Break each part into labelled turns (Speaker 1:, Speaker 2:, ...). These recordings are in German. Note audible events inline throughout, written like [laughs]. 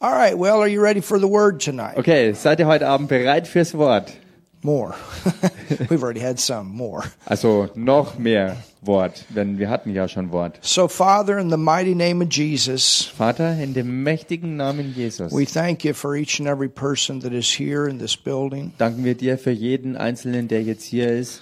Speaker 1: All right, well, are you ready for the word tonight?
Speaker 2: Okay, seid ihr heute Abend bereit fürs Wort?
Speaker 1: More. [laughs] We've already had some more.
Speaker 2: Also noch mehr Wort, denn wir hatten ja schon Wort.
Speaker 1: So, Father, in the mighty name of Jesus,
Speaker 2: Vater, in dem mächtigen Namen Jesus
Speaker 1: we thank you for each and every person that is here in this building.
Speaker 2: danken wir dir für jeden Einzelnen, der jetzt hier ist.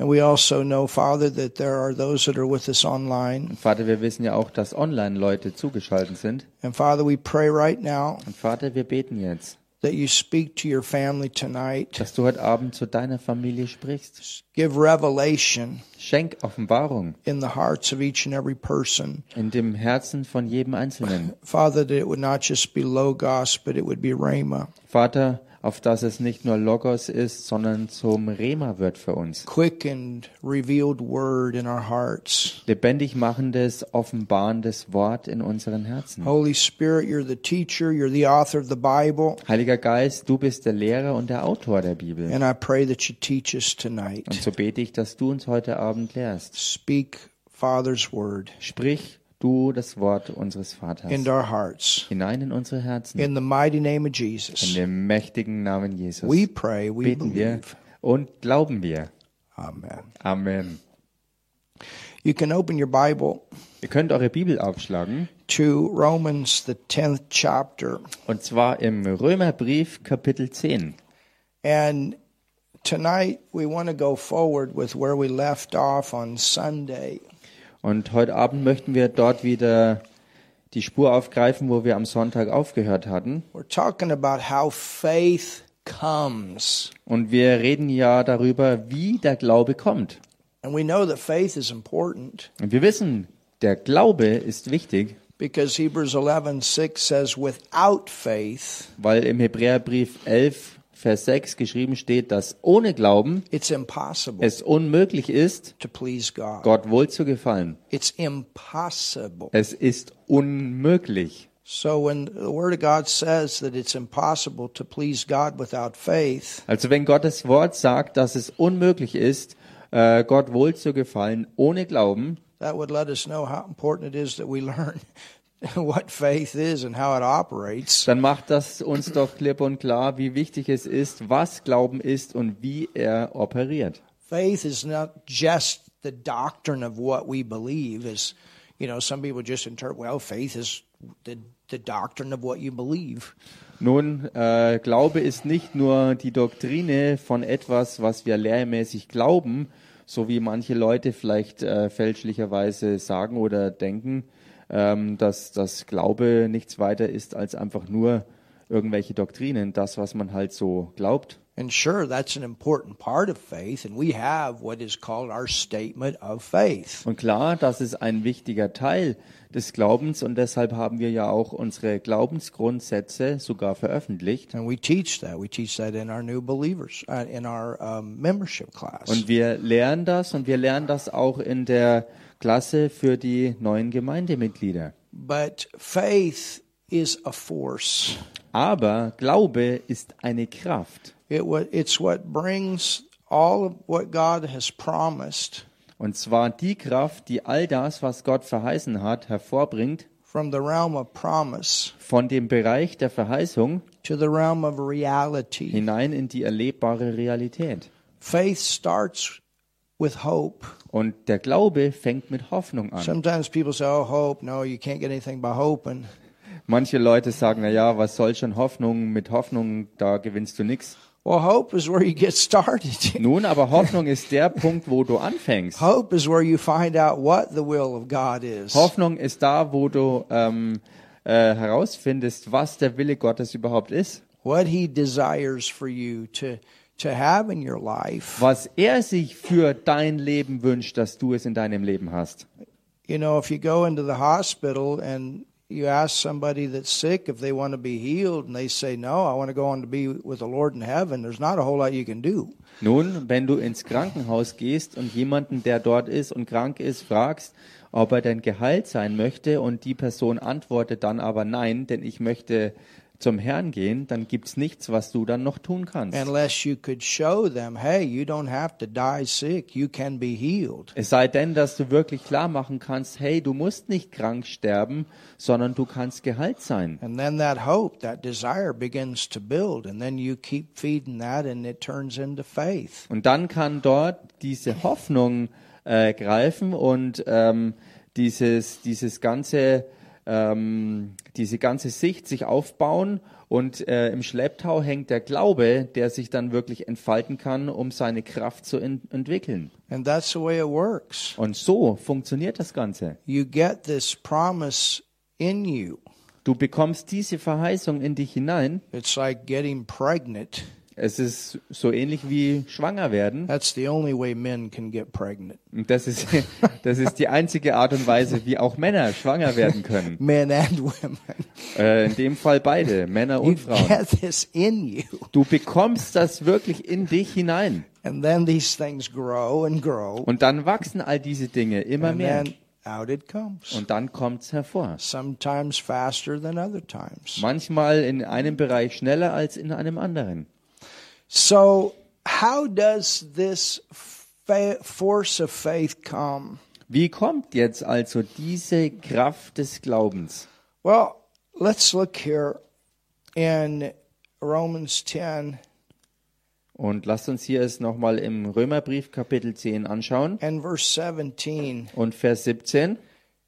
Speaker 1: And we also know, Father, that there are those that are with us online.
Speaker 2: Vater, wir wissen ja auch, dass Online-Leute zugeschaltet sind.
Speaker 1: And Father, we pray right now
Speaker 2: Und Vater, wir beten jetzt,
Speaker 1: that you speak to your family tonight.
Speaker 2: dass du heute Abend zu deiner Familie sprichst.
Speaker 1: Give revelation
Speaker 2: Schenk Offenbarung
Speaker 1: in the hearts of each and every person.
Speaker 2: in dem Herzen von jedem Einzelnen.
Speaker 1: Father, that it would not just be Logos, but it would be Rhema.
Speaker 2: Vater, auf dass es nicht nur Logos ist, sondern zum Rema wird für uns.
Speaker 1: Quick and revealed word in our hearts.
Speaker 2: Lebendig machendes, offenbarendes Wort in unseren Herzen.
Speaker 1: Holy Spirit, you're the teacher, you're the author of the Bible,
Speaker 2: Heiliger Geist, du bist der Lehrer und der Autor der Bibel.
Speaker 1: and I pray that you teach us
Speaker 2: Und
Speaker 1: tonight.
Speaker 2: so bete ich, dass du uns heute Abend lehrst.
Speaker 1: Speak Father's word
Speaker 2: Sprich du das Wort unseres
Speaker 1: into
Speaker 2: Vaters
Speaker 1: our hearts.
Speaker 2: hinein in unsere Herzen.
Speaker 1: In the mighty name of
Speaker 2: In
Speaker 1: Jesus,
Speaker 2: dem mächtigen Namen Jesus
Speaker 1: we pray, we
Speaker 2: beten wir
Speaker 1: believe.
Speaker 2: und glauben wir.
Speaker 1: Amen.
Speaker 2: Amen.
Speaker 1: You can open your Bible
Speaker 2: Ihr könnt eure Bibel aufschlagen.
Speaker 1: to Romans, the 10th chapter.
Speaker 2: Und zwar im Römerbrief Kapitel 10.
Speaker 1: And tonight we want to go forward with where we left off on Sunday.
Speaker 2: Und heute Abend möchten wir dort wieder die Spur aufgreifen, wo wir am Sonntag aufgehört hatten.
Speaker 1: We're talking about how faith comes.
Speaker 2: Und wir reden ja darüber, wie der Glaube kommt.
Speaker 1: And we know that faith is important
Speaker 2: Und wir wissen, der Glaube ist wichtig,
Speaker 1: because Hebrews 11:6 says without faith
Speaker 2: weil im Hebräerbrief 11, Vers 6 geschrieben steht, dass ohne Glauben
Speaker 1: it's impossible
Speaker 2: es unmöglich ist,
Speaker 1: to please God.
Speaker 2: Gott wohl zu gefallen.
Speaker 1: It's impossible.
Speaker 2: Es ist unmöglich.
Speaker 1: So when the word of God says that it's impossible to please God without faith,
Speaker 2: Also wenn Gottes Wort sagt, dass es unmöglich ist, äh, Gott wohl zu gefallen ohne Glauben,
Speaker 1: that would let us know how important it is that we [laughs] learn what faith is and how it operates.
Speaker 2: dann macht das uns doch klipp und klar, wie wichtig es ist, was Glauben ist und wie er operiert.
Speaker 1: faith is not just the doctrine of what we believe as you know some people just interpret well faith is the, the doctrine of what you believe
Speaker 2: Nun, äh, Glaube ist nicht nur die Doktrine von etwas, was wir lehrmäßig glauben, so wie manche Leute vielleicht äh, fälschlicherweise sagen oder denken, ähm, dass das Glaube nichts weiter ist als einfach nur irgendwelche Doktrinen, das, was man halt so glaubt.
Speaker 1: and sure that's an important part of faith and we have what is called our statement of faith
Speaker 2: Und klar, das ist ein wichtiger Teil des Glaubens und deshalb haben wir ja auch unsere Glaubensgrundsätze sogar veröffentlicht.
Speaker 1: and we teach that we teach that in our new believers uh, in our um, membership class
Speaker 2: Und wir lernen das und wir lernen das auch in der Klasse für die neuen Gemeindemitglieder.
Speaker 1: but faith is a force
Speaker 2: Aber Glaube ist eine Kraft
Speaker 1: it what it's what brings all of what god has promised
Speaker 2: und zwar die Kraft, die all das, was Gott verheißen hat, hervorbringt
Speaker 1: from the realm of promise
Speaker 2: von dem Bereich der Verheißung
Speaker 1: to the realm of reality.
Speaker 2: hinein in die erlebbare Realität.
Speaker 1: Faith starts with hope.
Speaker 2: Und der Glaube fängt mit Hoffnung an.
Speaker 1: Sometimes people say, oh, hope. No, you can't get anything by hoping.
Speaker 2: Manche Leute sagen, na ja, was soll schon Hoffnung? Mit Hoffnung, da gewinnst du nichts.
Speaker 1: Well, hope is where you get started. [laughs]
Speaker 2: Nun, aber Hoffnung ist der Punkt, wo du anfängst.
Speaker 1: hope is where you find out what the will of God is.
Speaker 2: Hoffnung ist da, wo du ähm, äh, herausfindest, was der Wille Gottes überhaupt ist,
Speaker 1: What he desires for you to, to have in your life.
Speaker 2: was er sich für dein Leben wünscht, dass du es in deinem Leben hast.
Speaker 1: You know, if you go into the hospital and you ask somebody that's sick if they want to be healed and they say, no, I want to go on to be with the Lord in heaven, there's not a whole lot you can do.
Speaker 2: Nun, wenn du ins Krankenhaus gehst und jemanden, der dort ist und krank ist, fragst, ob er denn geheilt sein möchte und die Person antwortet dann aber nein, denn ich möchte zum Herrn gehen, dann gibt's nichts, was du dann noch tun kannst.
Speaker 1: unless you could show them, hey, you don't have to die sick, you can be healed.
Speaker 2: Es sei denn, dass du wirklich klar machen kannst, hey, du musst nicht krank sterben, sondern du kannst geheilt sein.
Speaker 1: And then that hope, that desire begins to build, and then you keep feeding that, and it turns into faith.
Speaker 2: Und dann kann dort diese Hoffnung äh, greifen und ähm, dieses, dieses ganze, ähm, diese ganze Sicht sich aufbauen und äh, im Schlepptau hängt der Glaube, der sich dann wirklich entfalten kann, um seine Kraft zu ent entwickeln.
Speaker 1: And that's the way it works.
Speaker 2: Und so funktioniert das Ganze.
Speaker 1: You get this promise in you.
Speaker 2: Du bekommst diese Verheißung in dich hinein.
Speaker 1: It's like getting pregnant.
Speaker 2: Es ist so ähnlich wie schwanger werden.
Speaker 1: That's the only way men can get pregnant.
Speaker 2: Und das ist, [laughs] das ist die einzige Art und Weise, wie auch Männer schwanger werden können.
Speaker 1: Men and [laughs] women.
Speaker 2: Äh, in dem Fall beide, Männer
Speaker 1: You
Speaker 2: und Frauen.
Speaker 1: get this in you.
Speaker 2: Du bekommst das wirklich in dich hinein.
Speaker 1: And then these things grow and grow.
Speaker 2: Und dann wachsen all diese Dinge immer
Speaker 1: And
Speaker 2: mehr.
Speaker 1: then out it comes.
Speaker 2: Und dann kommt's hervor.
Speaker 1: Sometimes faster than other times.
Speaker 2: Manchmal in einem Bereich schneller als in einem anderen.
Speaker 1: So, how does this fa- force of faith come?
Speaker 2: Wie kommt jetzt also diese Kraft des Glaubens?
Speaker 1: Well, let's look here in Romans 10
Speaker 2: Und lasst uns hier es nochmal im Römerbrief Kapitel 10 anschauen
Speaker 1: and verse 17.
Speaker 2: und Vers 17.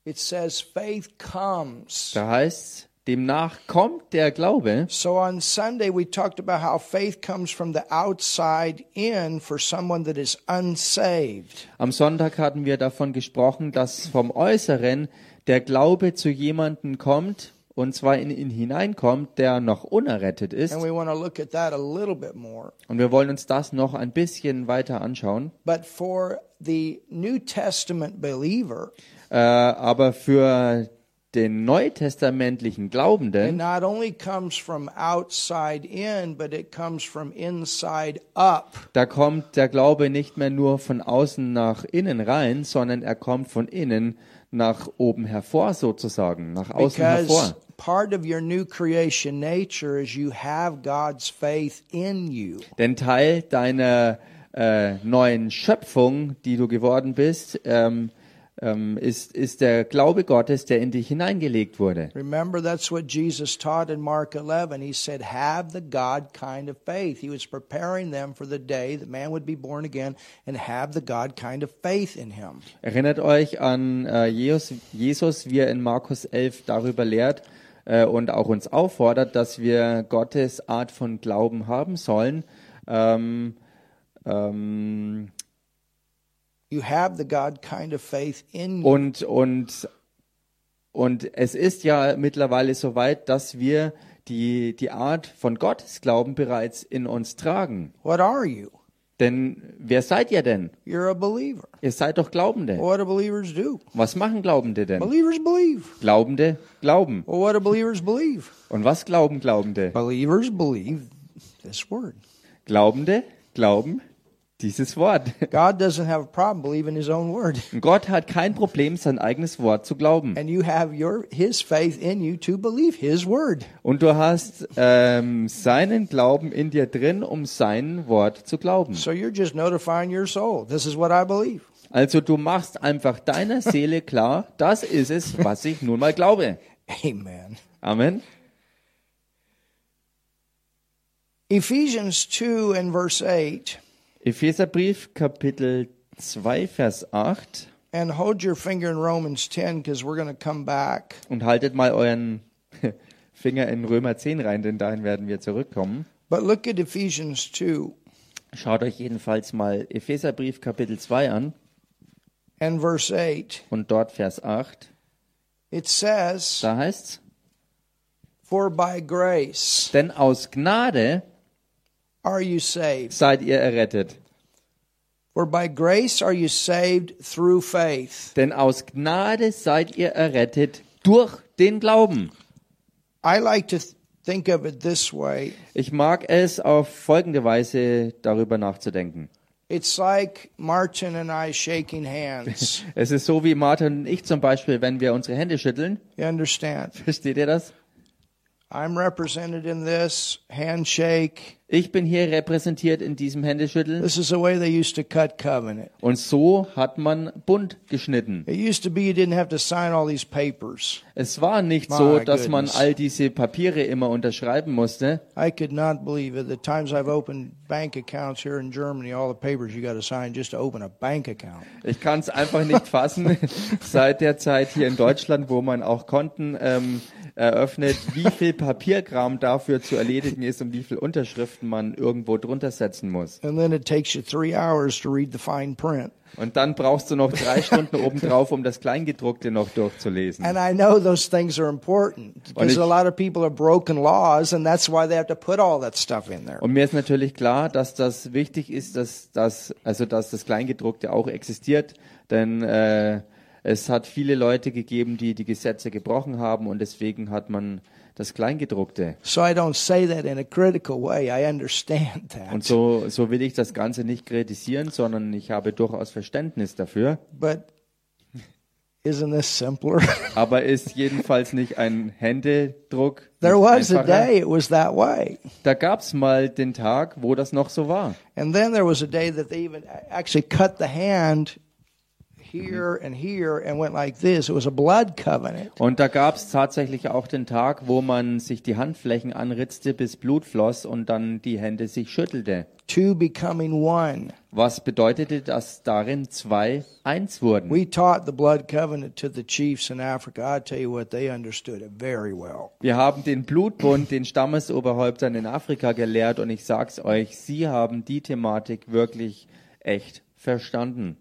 Speaker 1: It says, faith comes.
Speaker 2: Da heißt demnach kommt der Glaube.
Speaker 1: So on Sunday, we talked about how faith comes from the outside in for someone that is unsaved.
Speaker 2: Am Sonntag hatten wir davon gesprochen, dass vom Äußeren der Glaube zu jemanden kommt und zwar in ihn hineinkommt, der noch unerrettet ist.
Speaker 1: And we want to look at that a little bit more.
Speaker 2: Und wir wollen uns das noch ein bisschen weiter anschauen.
Speaker 1: But for the New Testament believer,
Speaker 2: Äh, aber für den neutestamentlichen
Speaker 1: It
Speaker 2: Glaubenden
Speaker 1: not only comes from outside in, but it comes from inside up.
Speaker 2: Da kommt der Glaube nicht mehr nur von außen nach innen rein, sondern er kommt von innen nach oben hervor sozusagen, nach außen
Speaker 1: Because
Speaker 2: hervor.
Speaker 1: part of your new creation nature is you have God's faith in you.
Speaker 2: Denn Teil deiner äh, neuen Schöpfung, die du geworden bist, ähm, ähm, ist, ist der Glaube Gottes, der in dich hineingelegt wurde.
Speaker 1: Remember, that's what Jesus taught in Mark 11. He said, Have the God kind of faith. He was preparing them for the day that man would be born again and have the God kind of faith in him.
Speaker 2: Erinnert euch an äh, Jesus, Jesus, wie er in Markus 11 darüber lehrt äh, und auch uns auffordert, dass wir Gottes Art von Glauben haben sollen. Ähm, ähm,
Speaker 1: You have the God kind of faith in you.
Speaker 2: und, und, und es ist ja mittlerweile so weit, dass wir die, die Art von Gottes Glauben bereits in uns tragen.
Speaker 1: What are you?
Speaker 2: Denn wer seid ihr denn?
Speaker 1: You're a believer.
Speaker 2: Ihr seid doch Glaubende.
Speaker 1: What do believers do?
Speaker 2: Was machen Glaubende denn?
Speaker 1: Believers believe.
Speaker 2: Glaubende glauben.
Speaker 1: Well, what do believers believe?
Speaker 2: Und was glauben Glaubende?
Speaker 1: Believers believe this word.
Speaker 2: Glaubende glauben dieses Wort.
Speaker 1: God doesn't have a problem believing his own word. [laughs]
Speaker 2: Und Gott hat kein Problem, sein eigenes Wort zu glauben.
Speaker 1: And you have your his faith in you to believe his word.
Speaker 2: Und du hast ähm, seinen Glauben in dir drin, um sein Wort zu glauben.
Speaker 1: So you're just notifying your soul. This is what I believe.
Speaker 2: Also du machst einfach deiner Seele klar, das ist es, was ich nun mal glaube.
Speaker 1: Amen.
Speaker 2: Amen.
Speaker 1: Ephesians 2 and verse 8.
Speaker 2: Epheserbrief Kapitel 2 Vers 8
Speaker 1: And hold your finger in Romans 10 because we're going to come back.
Speaker 2: und haltet mal euren [laughs] Finger in Römer 10 rein, denn dahin werden wir zurückkommen.
Speaker 1: But look at Ephesians 2
Speaker 2: Schaut euch jedenfalls mal Epheserbrief Kapitel 2 an.
Speaker 1: and verse 8.
Speaker 2: Und dort Vers 8,
Speaker 1: It says,
Speaker 2: da heißt's,
Speaker 1: For by grace
Speaker 2: denn aus Gnade
Speaker 1: are you saved.
Speaker 2: seid ihr errettet.
Speaker 1: For by grace are you saved through faith.
Speaker 2: Denn aus Gnade seid ihr errettet durch den Glauben.
Speaker 1: I like to th- think of it this way
Speaker 2: Ich mag es auf folgende Weise darüber nachzudenken.
Speaker 1: it's like Martin and I shaking
Speaker 2: [laughs]
Speaker 1: hands.
Speaker 2: Es ist so wie Martin und ich zum Beispiel, wenn wir unsere Hände schütteln. [laughs]
Speaker 1: you understand?
Speaker 2: Versteht ihr das?
Speaker 1: I'm represented in this handshake.
Speaker 2: Ich bin hier repräsentiert in diesem Händeschütteln
Speaker 1: This is the way they used to cut covenant.
Speaker 2: und so hat man Bund geschnitten.
Speaker 1: It used to be you didn't have to sign all these papers.
Speaker 2: Es war nicht so,
Speaker 1: My
Speaker 2: dass man
Speaker 1: goodness.
Speaker 2: all diese Papiere immer unterschreiben musste.
Speaker 1: I could not believe it. The times I've opened bank accounts here in Germany, all the papers you got to sign just to open a bank account.
Speaker 2: Ich kann es einfach
Speaker 1: [laughs]
Speaker 2: nicht fassen, seit der Zeit hier in Deutschland, wo man auch Konten ähm, eröffnet, wie viel Papierkram dafür zu erledigen ist und wie viel Unterschriften man irgendwo drunter setzen muss.
Speaker 1: And then it takes you three hours to read the fine print.
Speaker 2: Und dann brauchst du
Speaker 1: [laughs]
Speaker 2: noch drei Stunden obendrauf, um das Kleingedruckte noch durchzulesen.
Speaker 1: And I know those things are important because
Speaker 2: it-
Speaker 1: a lot of people have broken laws, and that's why they have to put all that stuff in there.
Speaker 2: Und mir ist natürlich klar, dass das wichtig ist, dass das, also dass das Kleingedruckte auch existiert, denn äh, es hat viele Leute gegeben, die die Gesetze gebrochen haben und deswegen hat man das Kleingedruckte.
Speaker 1: So I don't say that in a critical way. I understand that.
Speaker 2: Und so, so will ich das Ganze nicht kritisieren, sondern ich habe durchaus Verständnis dafür.
Speaker 1: but isn't this simpler?
Speaker 2: Aber ist jedenfalls nicht ein Händedruck.
Speaker 1: [laughs] there
Speaker 2: nicht
Speaker 1: was a
Speaker 2: einfacher.
Speaker 1: day it was that way.
Speaker 2: Da gab's mal den Tag, wo das noch so war.
Speaker 1: And then there was a day that they even actually cut the hand here and here and went like this. It was a blood covenant.
Speaker 2: Und da gab's tatsächlich auch den Tag, wo man sich die Handflächen anritzte, bis Blut floss und dann die Hände sich schüttelte.
Speaker 1: Two becoming one.
Speaker 2: Was bedeutete, dass darin zwei eins wurden.
Speaker 1: We taught the blood covenant to the chiefs in Africa. I tell you what, they understood it very well.
Speaker 2: Wir haben den Blutbund den Stammesoberhäuptern in Afrika gelehrt und ich sag's euch, sie haben die Thematik wirklich echt verstanden.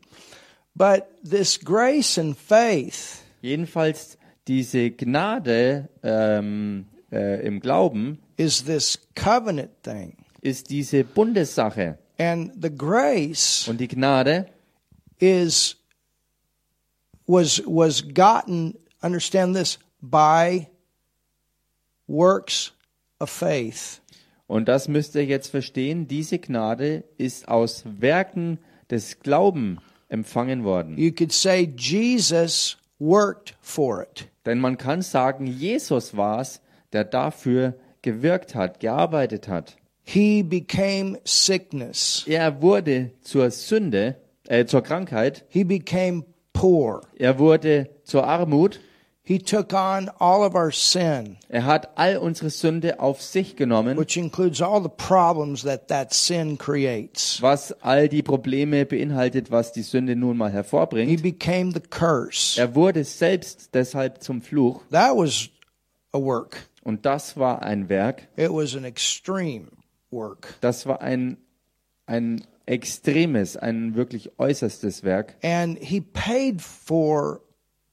Speaker 1: But this grace and faith
Speaker 2: Jedenfalls diese Gnade ähm, äh, im Glauben
Speaker 1: is this covenant thing.
Speaker 2: ist diese Bundessache
Speaker 1: And the grace
Speaker 2: und die Gnade
Speaker 1: is was was gotten understand this by works of faith
Speaker 2: und das müsst ihr jetzt verstehen, diese Gnade ist aus Werken des Glauben empfangen worden.
Speaker 1: you could say jesus worked for it
Speaker 2: Denn man kann sagen, Jesus war's, der dafür gewirkt hat, gearbeitet hat.
Speaker 1: he became sickness
Speaker 2: Er wurde zur Sünde, äh, zur Krankheit.
Speaker 1: he became poor
Speaker 2: Er wurde zur Armut.
Speaker 1: he took on all of our sin
Speaker 2: Er hat all unsere Sünde auf sich genommen,
Speaker 1: which includes all the problems that that sin creates
Speaker 2: was all die Probleme beinhaltet, was die Sünde nun mal
Speaker 1: he
Speaker 2: hervorbringt.
Speaker 1: became the curse
Speaker 2: Er wurde selbst deshalb zum Fluch.
Speaker 1: that was a work
Speaker 2: Und das war ein Werk.
Speaker 1: it was an extreme work
Speaker 2: Das war ein, ein extremes, ein wirklich äußerstes Werk.
Speaker 1: and he paid for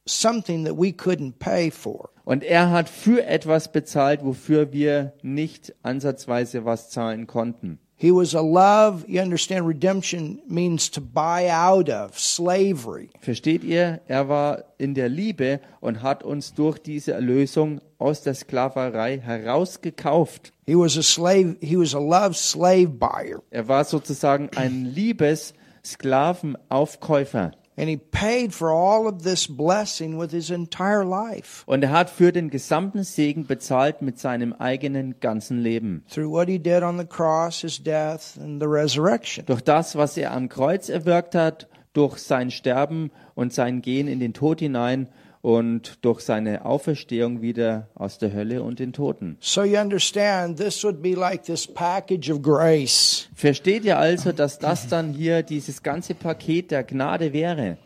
Speaker 1: something that we couldn't pay for.
Speaker 2: Und er hat für etwas bezahlt, wofür wir nicht ansatzweise was zahlen konnten.
Speaker 1: He was a love, you understand, redemption means to buy out of slavery.
Speaker 2: Versteht ihr? Er war in der Liebe und hat uns durch diese Erlösung aus der Sklaverei herausgekauft.
Speaker 1: He was a slave, he was a love slave buyer,
Speaker 2: Er war sozusagen ein liebes Sklavenaufkäufer.
Speaker 1: and he paid for all of this blessing with his entire life
Speaker 2: Und er hat für den gesamten Segen bezahlt mit seinem eigenen ganzen Leben.
Speaker 1: through what he did on the cross, his death, and the resurrection.
Speaker 2: Durch das, was er am Kreuz erwirkt hat, durch sein Sterben und sein Gehen in den Tod hinein und durch seine Auferstehung wieder aus der Hölle und den Toten.
Speaker 1: So you understand, this would be like this package of grace.
Speaker 2: Versteht ihr also, dass das dann hier dieses ganze Paket der Gnade wäre?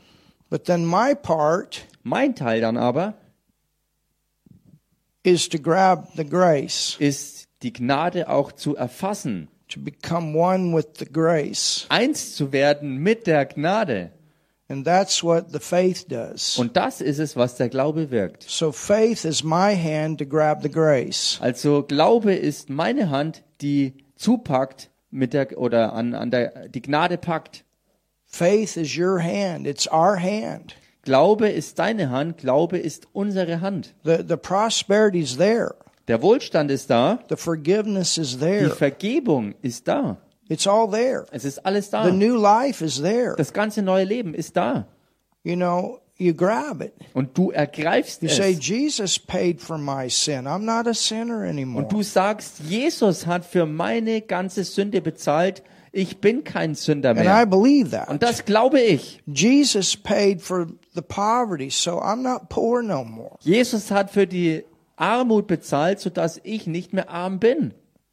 Speaker 1: But then my part
Speaker 2: Mein Teil dann aber
Speaker 1: is to grab the grace.
Speaker 2: ist die Gnade auch zu erfassen,
Speaker 1: to become one with the grace.
Speaker 2: eins zu werden mit der Gnade.
Speaker 1: And that's what the faith does.
Speaker 2: Und das ist es, was der Glaube wirkt.
Speaker 1: So faith is my hand to grab the grace.
Speaker 2: Also Glaube ist meine Hand, die zupackt mit der oder an, an der die Gnade packt.
Speaker 1: Faith is your hand. It's our hand.
Speaker 2: Glaube ist deine Hand, Glaube ist unsere Hand.
Speaker 1: The the prosperity's there.
Speaker 2: Der Wohlstand ist da,
Speaker 1: The forgiveness is
Speaker 2: die
Speaker 1: there.
Speaker 2: Vergebung ist da.
Speaker 1: It's all there.
Speaker 2: Es ist alles
Speaker 1: The
Speaker 2: da.
Speaker 1: new life is there.
Speaker 2: Das ganze neue Leben ist da.
Speaker 1: You know, you grab it.
Speaker 2: Und du ergreifst
Speaker 1: You say,
Speaker 2: es.
Speaker 1: Jesus paid for my sin. I'm not a sinner anymore.
Speaker 2: Und du sagst, Jesus hat für meine ganze Sünde bezahlt. Ich bin kein Sünder
Speaker 1: and I
Speaker 2: mehr.
Speaker 1: believe that.
Speaker 2: Und das glaube ich.
Speaker 1: Jesus paid for the poverty, so I'm not poor no more.
Speaker 2: Jesus hat für die Armut bezahlt, sodass ich nicht mehr arm bin.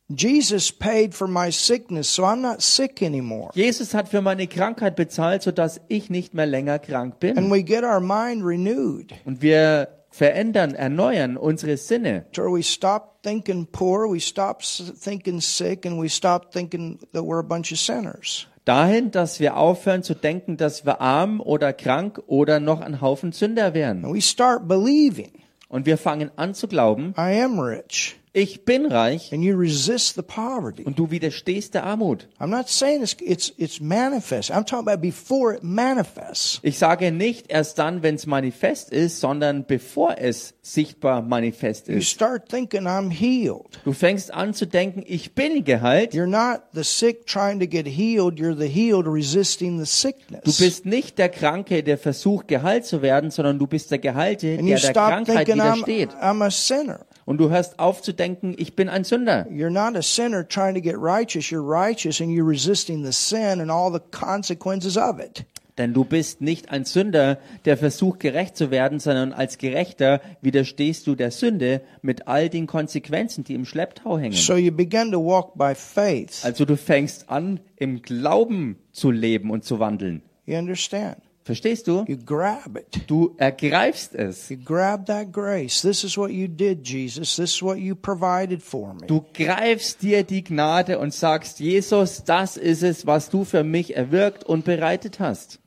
Speaker 1: Jesus paid for my sickness, so I'm not sick anymore.
Speaker 2: Jesus hat für meine Krankheit bezahlt, sodass ich nicht mehr länger krank bin.
Speaker 1: And we get our mind renewed
Speaker 2: Und wir verändern, erneuern unsere Sinne.
Speaker 1: to we stop thinking poor, we stop s- thinking sick, and we stop thinking that we're a bunch of sinners.
Speaker 2: Dahin, dass wir aufhören zu denken, dass wir arm oder krank oder noch ein Haufen Sünder wären.
Speaker 1: And we start believing,
Speaker 2: Und wir fangen an zu glauben,
Speaker 1: I am rich,
Speaker 2: ich bin reich
Speaker 1: and you resist the poverty.
Speaker 2: und du widerstehst der Armut.
Speaker 1: I'm not saying it's, it's, it's manifest. I'm talking about before it manifests.
Speaker 2: Ich sage nicht erst dann, wenn es manifest ist, sondern bevor es sichtbar manifest
Speaker 1: You
Speaker 2: ist.
Speaker 1: start thinking, I'm healed.
Speaker 2: Du fängst an zu denken, ich bin geheilt.
Speaker 1: You're not the sick trying to get healed, you're the healed resisting the
Speaker 2: Du
Speaker 1: sickness.
Speaker 2: bist nicht der Kranke, der versucht, geheilt zu werden, sondern du bist der Geheilte,
Speaker 1: And you
Speaker 2: der der
Speaker 1: stop
Speaker 2: Krankheit
Speaker 1: thinking, I'm,
Speaker 2: widersteht.
Speaker 1: I'm a sinner.
Speaker 2: Und du hörst auf zu denken, ich bin ein Sünder.
Speaker 1: You're not a sinner trying to get righteous. You're righteous and you're resisting the sin and all the consequences of it.
Speaker 2: Denn du bist nicht ein Sünder, der versucht gerecht zu werden, sondern als Gerechter widerstehst du der Sünde mit all den Konsequenzen, die im Schlepptau hängen.
Speaker 1: So you begin to walk by faith.
Speaker 2: Also du fängst an, im Glauben zu leben und zu wandeln.
Speaker 1: You understand?
Speaker 2: Verstehst du?
Speaker 1: You grab it.
Speaker 2: Du ergreifst es.
Speaker 1: You grab that grace. This is what you did, Jesus. This is what you provided for me.
Speaker 2: Du greifst dir die Gnade und sagst, Jesus, das ist es, was du für mich erwirkt und bereitet hast.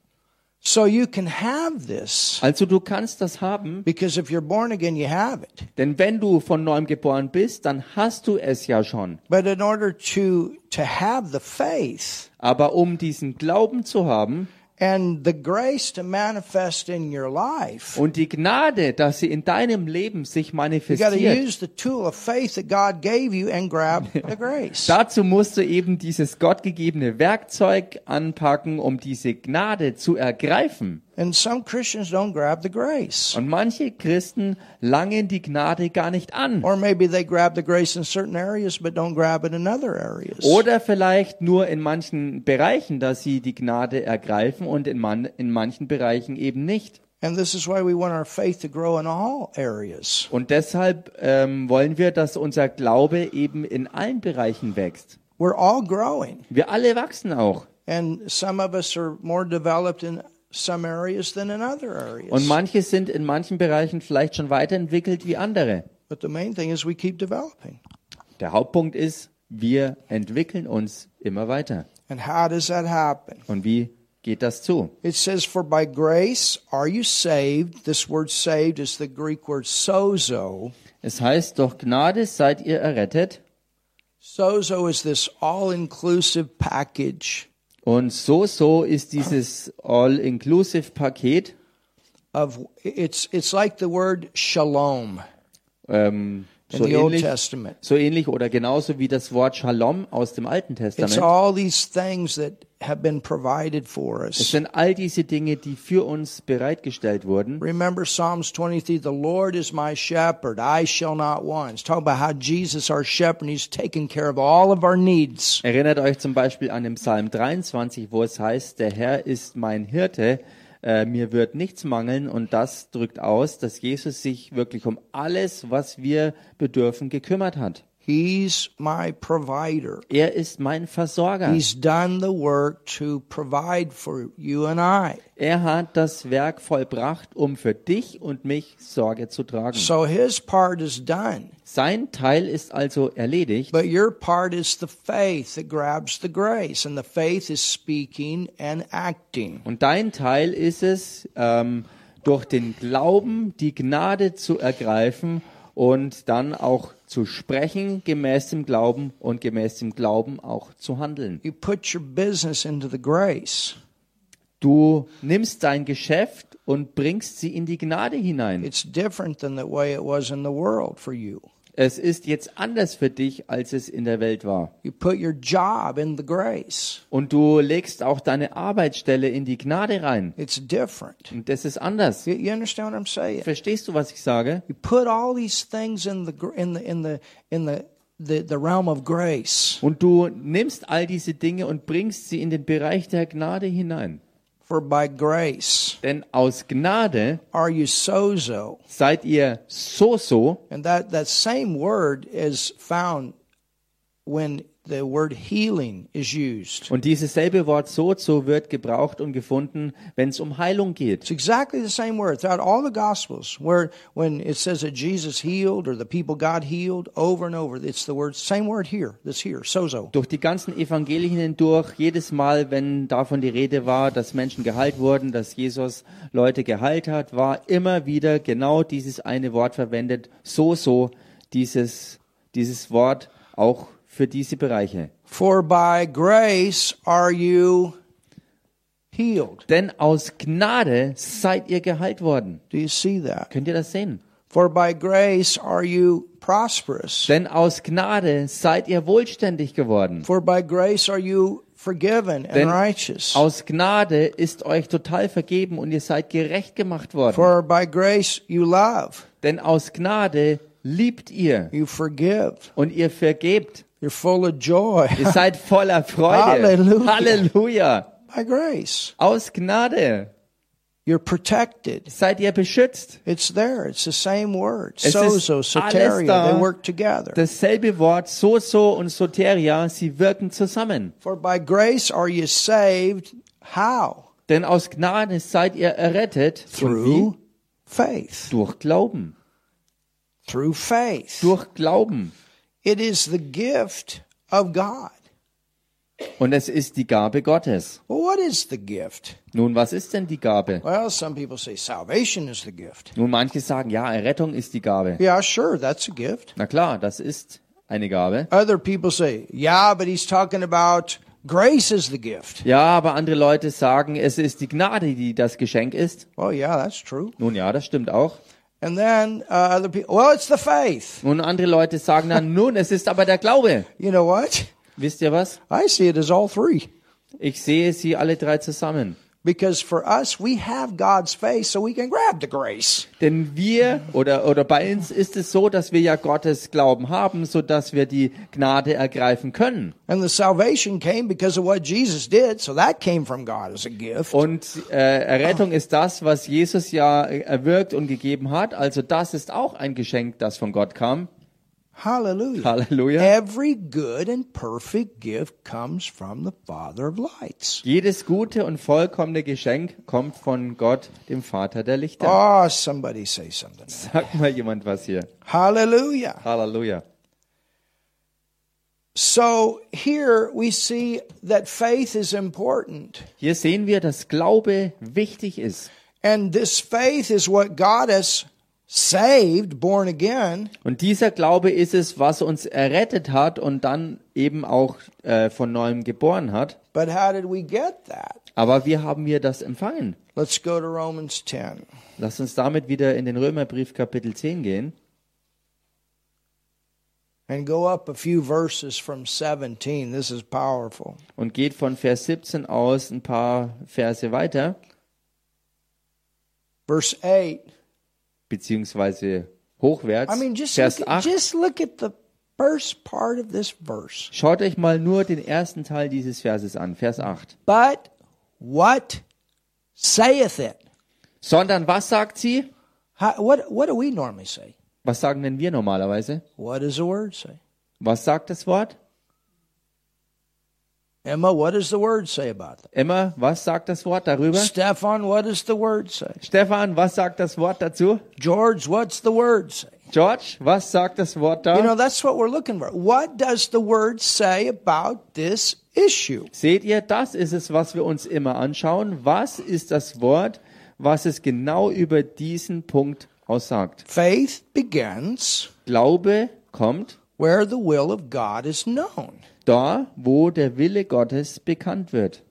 Speaker 1: So you can have this
Speaker 2: Also du kannst das haben,
Speaker 1: because if you're born again, you have it.
Speaker 2: denn wenn du von neuem geboren bist, dann hast du es ja schon.
Speaker 1: But in order to, to have the faith
Speaker 2: Aber um diesen Glauben zu haben
Speaker 1: and the grace to manifest in your life,
Speaker 2: und die Gnade, dass sie in deinem Leben sich
Speaker 1: You got to
Speaker 2: manifestiert,
Speaker 1: use the tool of faith that God gave you and grab the grace.
Speaker 2: dazu musst du eben dieses gottgegebene Werkzeug anpacken, um diese Gnade zu ergreifen.
Speaker 1: And some Christians don't grab the grace.
Speaker 2: Und manche Christen langen die Gnade gar nicht an.
Speaker 1: Or maybe they grab the grace in certain areas but don't grab it in other areas.
Speaker 2: Oder vielleicht nur in manchen Bereichen, dass sie die Gnade ergreifen und in, man, in manchen Bereichen eben nicht.
Speaker 1: And this is why we want our faith to grow in all areas.
Speaker 2: Und deshalb ähm, wollen wir, dass unser Glaube eben in allen Bereichen wächst.
Speaker 1: We're all growing.
Speaker 2: Wir alle wachsen auch.
Speaker 1: And some of us are more developed in some areas than in other areas.
Speaker 2: Und manche sind in manchen Bereichen vielleicht schon weiterentwickelt wie andere.
Speaker 1: but the main thing is we keep developing.
Speaker 2: Der Hauptpunkt ist, wir entwickeln uns immer weiter.
Speaker 1: And how does that happen?
Speaker 2: Und wie geht das zu?
Speaker 1: It says, For by grace are you saved. This word saved is the Greek word sozo.
Speaker 2: Es heißt, durch Gnade seid ihr errettet.
Speaker 1: Sozo is this all inclusive package
Speaker 2: Und so, so ist dieses All-Inclusive-Paket.
Speaker 1: of it's it's like the word shalom
Speaker 2: Ähm,
Speaker 1: in
Speaker 2: so,
Speaker 1: the Old
Speaker 2: ähnlich,
Speaker 1: Testament.
Speaker 2: so ähnlich oder genauso wie das Wort Shalom aus dem Alten
Speaker 1: It's
Speaker 2: Testament.
Speaker 1: all these things that have been provided for
Speaker 2: Es
Speaker 1: us.
Speaker 2: sind all diese Dinge, die für uns bereitgestellt wurden.
Speaker 1: Remember Psalms 23, the Lord is my shepherd, I shall not want. It's talking about how Jesus, our shepherd, he's taken care of all of our needs.
Speaker 2: Erinnert euch zum Beispiel an den Psalm 23, wo es heißt, der Herr ist mein Hirte, äh, mir wird nichts mangeln. Und das drückt aus, dass Jesus sich wirklich um alles, was wir bedürfen, gekümmert hat.
Speaker 1: He's my provider.
Speaker 2: Er ist mein Versorger.
Speaker 1: He's done the work to provide for you and I.
Speaker 2: Er hat das Werk vollbracht, um für dich und mich Sorge zu tragen.
Speaker 1: So his part is done.
Speaker 2: Sein Teil ist also erledigt,
Speaker 1: But your part is the faith that grabs the grace, and the faith is speaking and acting.
Speaker 2: Und dein Teil ist es, ähm, durch den Glauben die Gnade zu ergreifen und dann auch zu sprechen gemäß dem Glauben und gemäß dem Glauben auch zu handeln.
Speaker 1: You put your business into the grace.
Speaker 2: Du nimmst dein Geschäft und bringst sie in die Gnade hinein.
Speaker 1: It's different than the way it was in the world for you.
Speaker 2: Es ist jetzt anders für dich, als es in der Welt war.
Speaker 1: You put your job in the grace.
Speaker 2: Und du legst auch deine Arbeitsstelle in die Gnade rein.
Speaker 1: It's different.
Speaker 2: Und das ist anders.
Speaker 1: You, you understand what I'm saying?
Speaker 2: Verstehst du, was ich sage?
Speaker 1: You put all these things in the gr- in the in the in the the, the realm of grace
Speaker 2: Und du nimmst all diese Dinge und bringst sie in den Bereich der Gnade hinein.
Speaker 1: for by grace
Speaker 2: Denn aus Gnade
Speaker 1: are you sozo
Speaker 2: seid ihr so so.
Speaker 1: and that that same word is found when the word healing is used
Speaker 2: Und dieses selbe Wort so so wird gebraucht und gefunden, wenn es um Heilung
Speaker 1: it's
Speaker 2: geht.
Speaker 1: exactly the same word throughout all the gospels where when it says that jesus healed or the people god healed over and over it's the word same word here this here sozo
Speaker 2: Durch die ganzen Evangelien hindurch, jedes Mal, wenn davon die Rede war, dass Menschen geheilt wurden, dass Jesus Leute geheilt hat, war immer wieder genau dieses eine Wort verwendet, so so, dieses, dieses Wort auch für diese Bereiche.
Speaker 1: for by grace are you healed
Speaker 2: Denn aus Gnade seid ihr geheilt worden.
Speaker 1: do you see that
Speaker 2: Könnt ihr das sehen?
Speaker 1: For by grace are you prosperous.
Speaker 2: Denn aus Gnade seid ihr wohlständig geworden.
Speaker 1: For by grace are you forgiven and
Speaker 2: Denn
Speaker 1: righteous.
Speaker 2: Aus Gnade ist euch total vergeben und ihr seid gerecht gemacht worden.
Speaker 1: For by grace you love,
Speaker 2: Denn aus Gnade liebt ihr
Speaker 1: you forgive,
Speaker 2: und ihr vergebt.
Speaker 1: you're full of joy.
Speaker 2: Ihr seid voller Freude.
Speaker 1: Halleluja.
Speaker 2: Halleluja.
Speaker 1: [laughs] by grace,
Speaker 2: Aus Gnade
Speaker 1: you're protected.
Speaker 2: seid ihr beschützt.
Speaker 1: It's there. It's the same word.
Speaker 2: Es ist
Speaker 1: Sozo,
Speaker 2: alles
Speaker 1: soteria,
Speaker 2: da.
Speaker 1: they work together.
Speaker 2: Dasselbe Wort Soso und Soteria, sie wirken zusammen.
Speaker 1: For by grace are you saved. How?
Speaker 2: Denn aus Gnade seid ihr errettet. Und wie?
Speaker 1: Through faith.
Speaker 2: Durch Glauben.
Speaker 1: Through faith.
Speaker 2: Durch Glauben.
Speaker 1: It is the gift of God.
Speaker 2: Und es ist die Gabe Gottes.
Speaker 1: Well, what is the gift?
Speaker 2: Nun, was ist denn die Gabe?
Speaker 1: Well, some people say salvation is the gift.
Speaker 2: Nun, manche sagen, ja, Errettung ist die Gabe.
Speaker 1: Yeah, sure, that's a gift.
Speaker 2: Na klar, das ist eine Gabe.
Speaker 1: Other people say, yeah, but he's talking about grace is the gift.
Speaker 2: Ja, aber andere Leute sagen, es ist die Gnade, die das Geschenk ist.
Speaker 1: Well, yeah, that's true.
Speaker 2: Nun ja, das stimmt auch.
Speaker 1: And then uh, other people, well, it's the faith.
Speaker 2: Nun, andere Leute sagen dann, nun, es ist aber der Glaube.
Speaker 1: You know what?
Speaker 2: Wisst ihr was?
Speaker 1: I see it as all three.
Speaker 2: Ich sehe sie alle drei zusammen.
Speaker 1: Because for us, we have God's faith so we can grab the grace.
Speaker 2: Denn wir oder, oder bei uns ist es so, dass wir ja Gottes Glauben haben, so dass wir die Gnade ergreifen können.
Speaker 1: And the salvation came because of what Jesus did, so that came from God as a gift.
Speaker 2: Und äh, Errettung ist das, was Jesus ja äh, erwirkt und gegeben hat. Also das ist auch ein Geschenk, das von Gott kam.
Speaker 1: Hallelujah.
Speaker 2: Halleluja.
Speaker 1: Every good and perfect gift comes from the Father of lights.
Speaker 2: Jedes gute und vollkommene Geschenk kommt von Gott, dem Vater der Lichter.
Speaker 1: Oh, somebody say something.
Speaker 2: Sag mal jemand was hier.
Speaker 1: Hallelujah.
Speaker 2: Halleluja.
Speaker 1: So here we see that faith is important.
Speaker 2: Hier sehen wir, dass Glaube wichtig ist.
Speaker 1: And this faith is what got us saved, born again,
Speaker 2: Und dieser Glaube ist es, was uns errettet hat und dann eben auch äh, von neuem geboren hat.
Speaker 1: but how did we get that?
Speaker 2: Aber wie haben wir das empfangen?
Speaker 1: Let's go to Romans 10.
Speaker 2: Lass uns damit wieder in den Römerbrief Kapitel 10 gehen.
Speaker 1: And go up a few verses from 17. This is powerful.
Speaker 2: und geht von Vers 17 aus ein paar Verse weiter,
Speaker 1: Verse 8.
Speaker 2: beziehungsweise hochwärts.
Speaker 1: I mean, just
Speaker 2: Vers
Speaker 1: look, at,
Speaker 2: 8.
Speaker 1: just look at the first part of this verse.
Speaker 2: Schaut euch mal nur den ersten Teil dieses Verses an, Vers 8.
Speaker 1: But what saith it?
Speaker 2: Sondern was sagt sie?
Speaker 1: How, what, what do we normally say?
Speaker 2: Was sagen denn wir normalerweise?
Speaker 1: What does the word say?
Speaker 2: Was sagt das Wort?
Speaker 1: Emma, what does the word say about that?
Speaker 2: Emma, was sagt das Wort darüber?
Speaker 1: Stefan, what does the word say?
Speaker 2: Stefan, was sagt das Wort dazu?
Speaker 1: George, what's the word say?
Speaker 2: George, was sagt das Wort da?
Speaker 1: You know, that's what we're looking for. What does the word say about this issue?
Speaker 2: Seht ihr, das ist es, was wir uns immer anschauen. Was ist das Wort, was es genau über diesen Punkt aussagt?
Speaker 1: Faith begins
Speaker 2: Glaube kommt
Speaker 1: where the will of God is known.
Speaker 2: da, wo der Wille Gottes bekannt wird.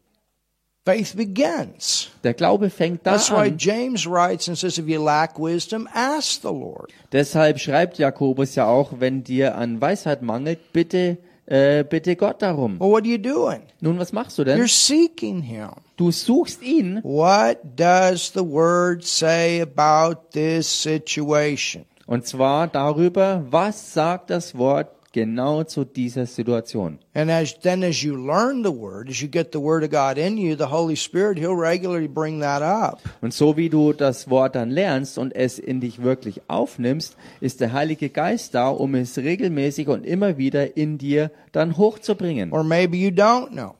Speaker 1: Faith begins.
Speaker 2: Der Glaube fängt da
Speaker 1: That's why
Speaker 2: an.
Speaker 1: James writes and says, if you lack wisdom, ask the Lord.
Speaker 2: Deshalb schreibt Jakobus ja auch, wenn dir an Weisheit mangelt, bitte, äh, bitte Gott darum.
Speaker 1: Well, what are you doing?
Speaker 2: Nun, was machst du
Speaker 1: You're
Speaker 2: denn?
Speaker 1: seeking Him.
Speaker 2: Du suchst ihn.
Speaker 1: What does the Word say about this situation?
Speaker 2: Und zwar darüber, was sagt das Wort genau zu dieser Situation.
Speaker 1: And as, then as you learn the Word, as you get the Word of God in you, the Holy Spirit, He'll regularly bring that up.
Speaker 2: Und so wie du das Wort dann lernst und es in dich wirklich aufnimmst, ist der Heilige Geist da, um es regelmäßig und immer wieder in dir dann hochzubringen.
Speaker 1: Or maybe you don't know.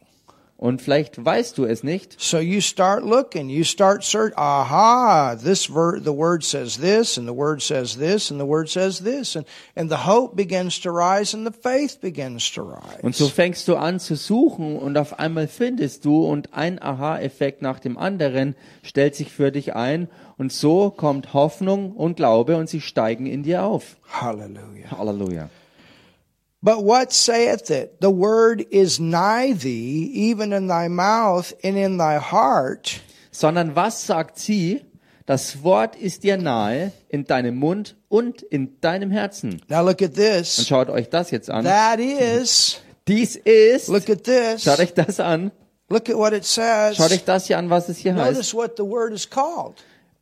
Speaker 2: Und vielleicht weißt du es nicht,
Speaker 1: So you start looking, you start search. Aha, this ver- the word says this, and the word says this, and the word says this, and and the hope begins to rise, and the faith begins to rise.
Speaker 2: Und so fängst du an zu suchen und auf einmal findest du und ein Aha-Effekt nach dem anderen stellt sich für dich ein und so kommt Hoffnung und Glaube und sie steigen in dir auf.
Speaker 1: Hallelujah.
Speaker 2: Halleluja.
Speaker 1: But what saith it? The word is nigh thee, even in thy mouth and in thy heart.
Speaker 2: Sondern was sagt sie? Das Wort ist dir nahe in deinem Mund und in deinem Herzen.
Speaker 1: Now look at
Speaker 2: Und
Speaker 1: this.
Speaker 2: schaut euch das jetzt an.
Speaker 1: That is.
Speaker 2: Dies ist.
Speaker 1: Look at this.
Speaker 2: Schaut euch das an.
Speaker 1: Look at what it says.
Speaker 2: Schaut euch das hier an, was es hier heißt.
Speaker 1: Notice what the word is called.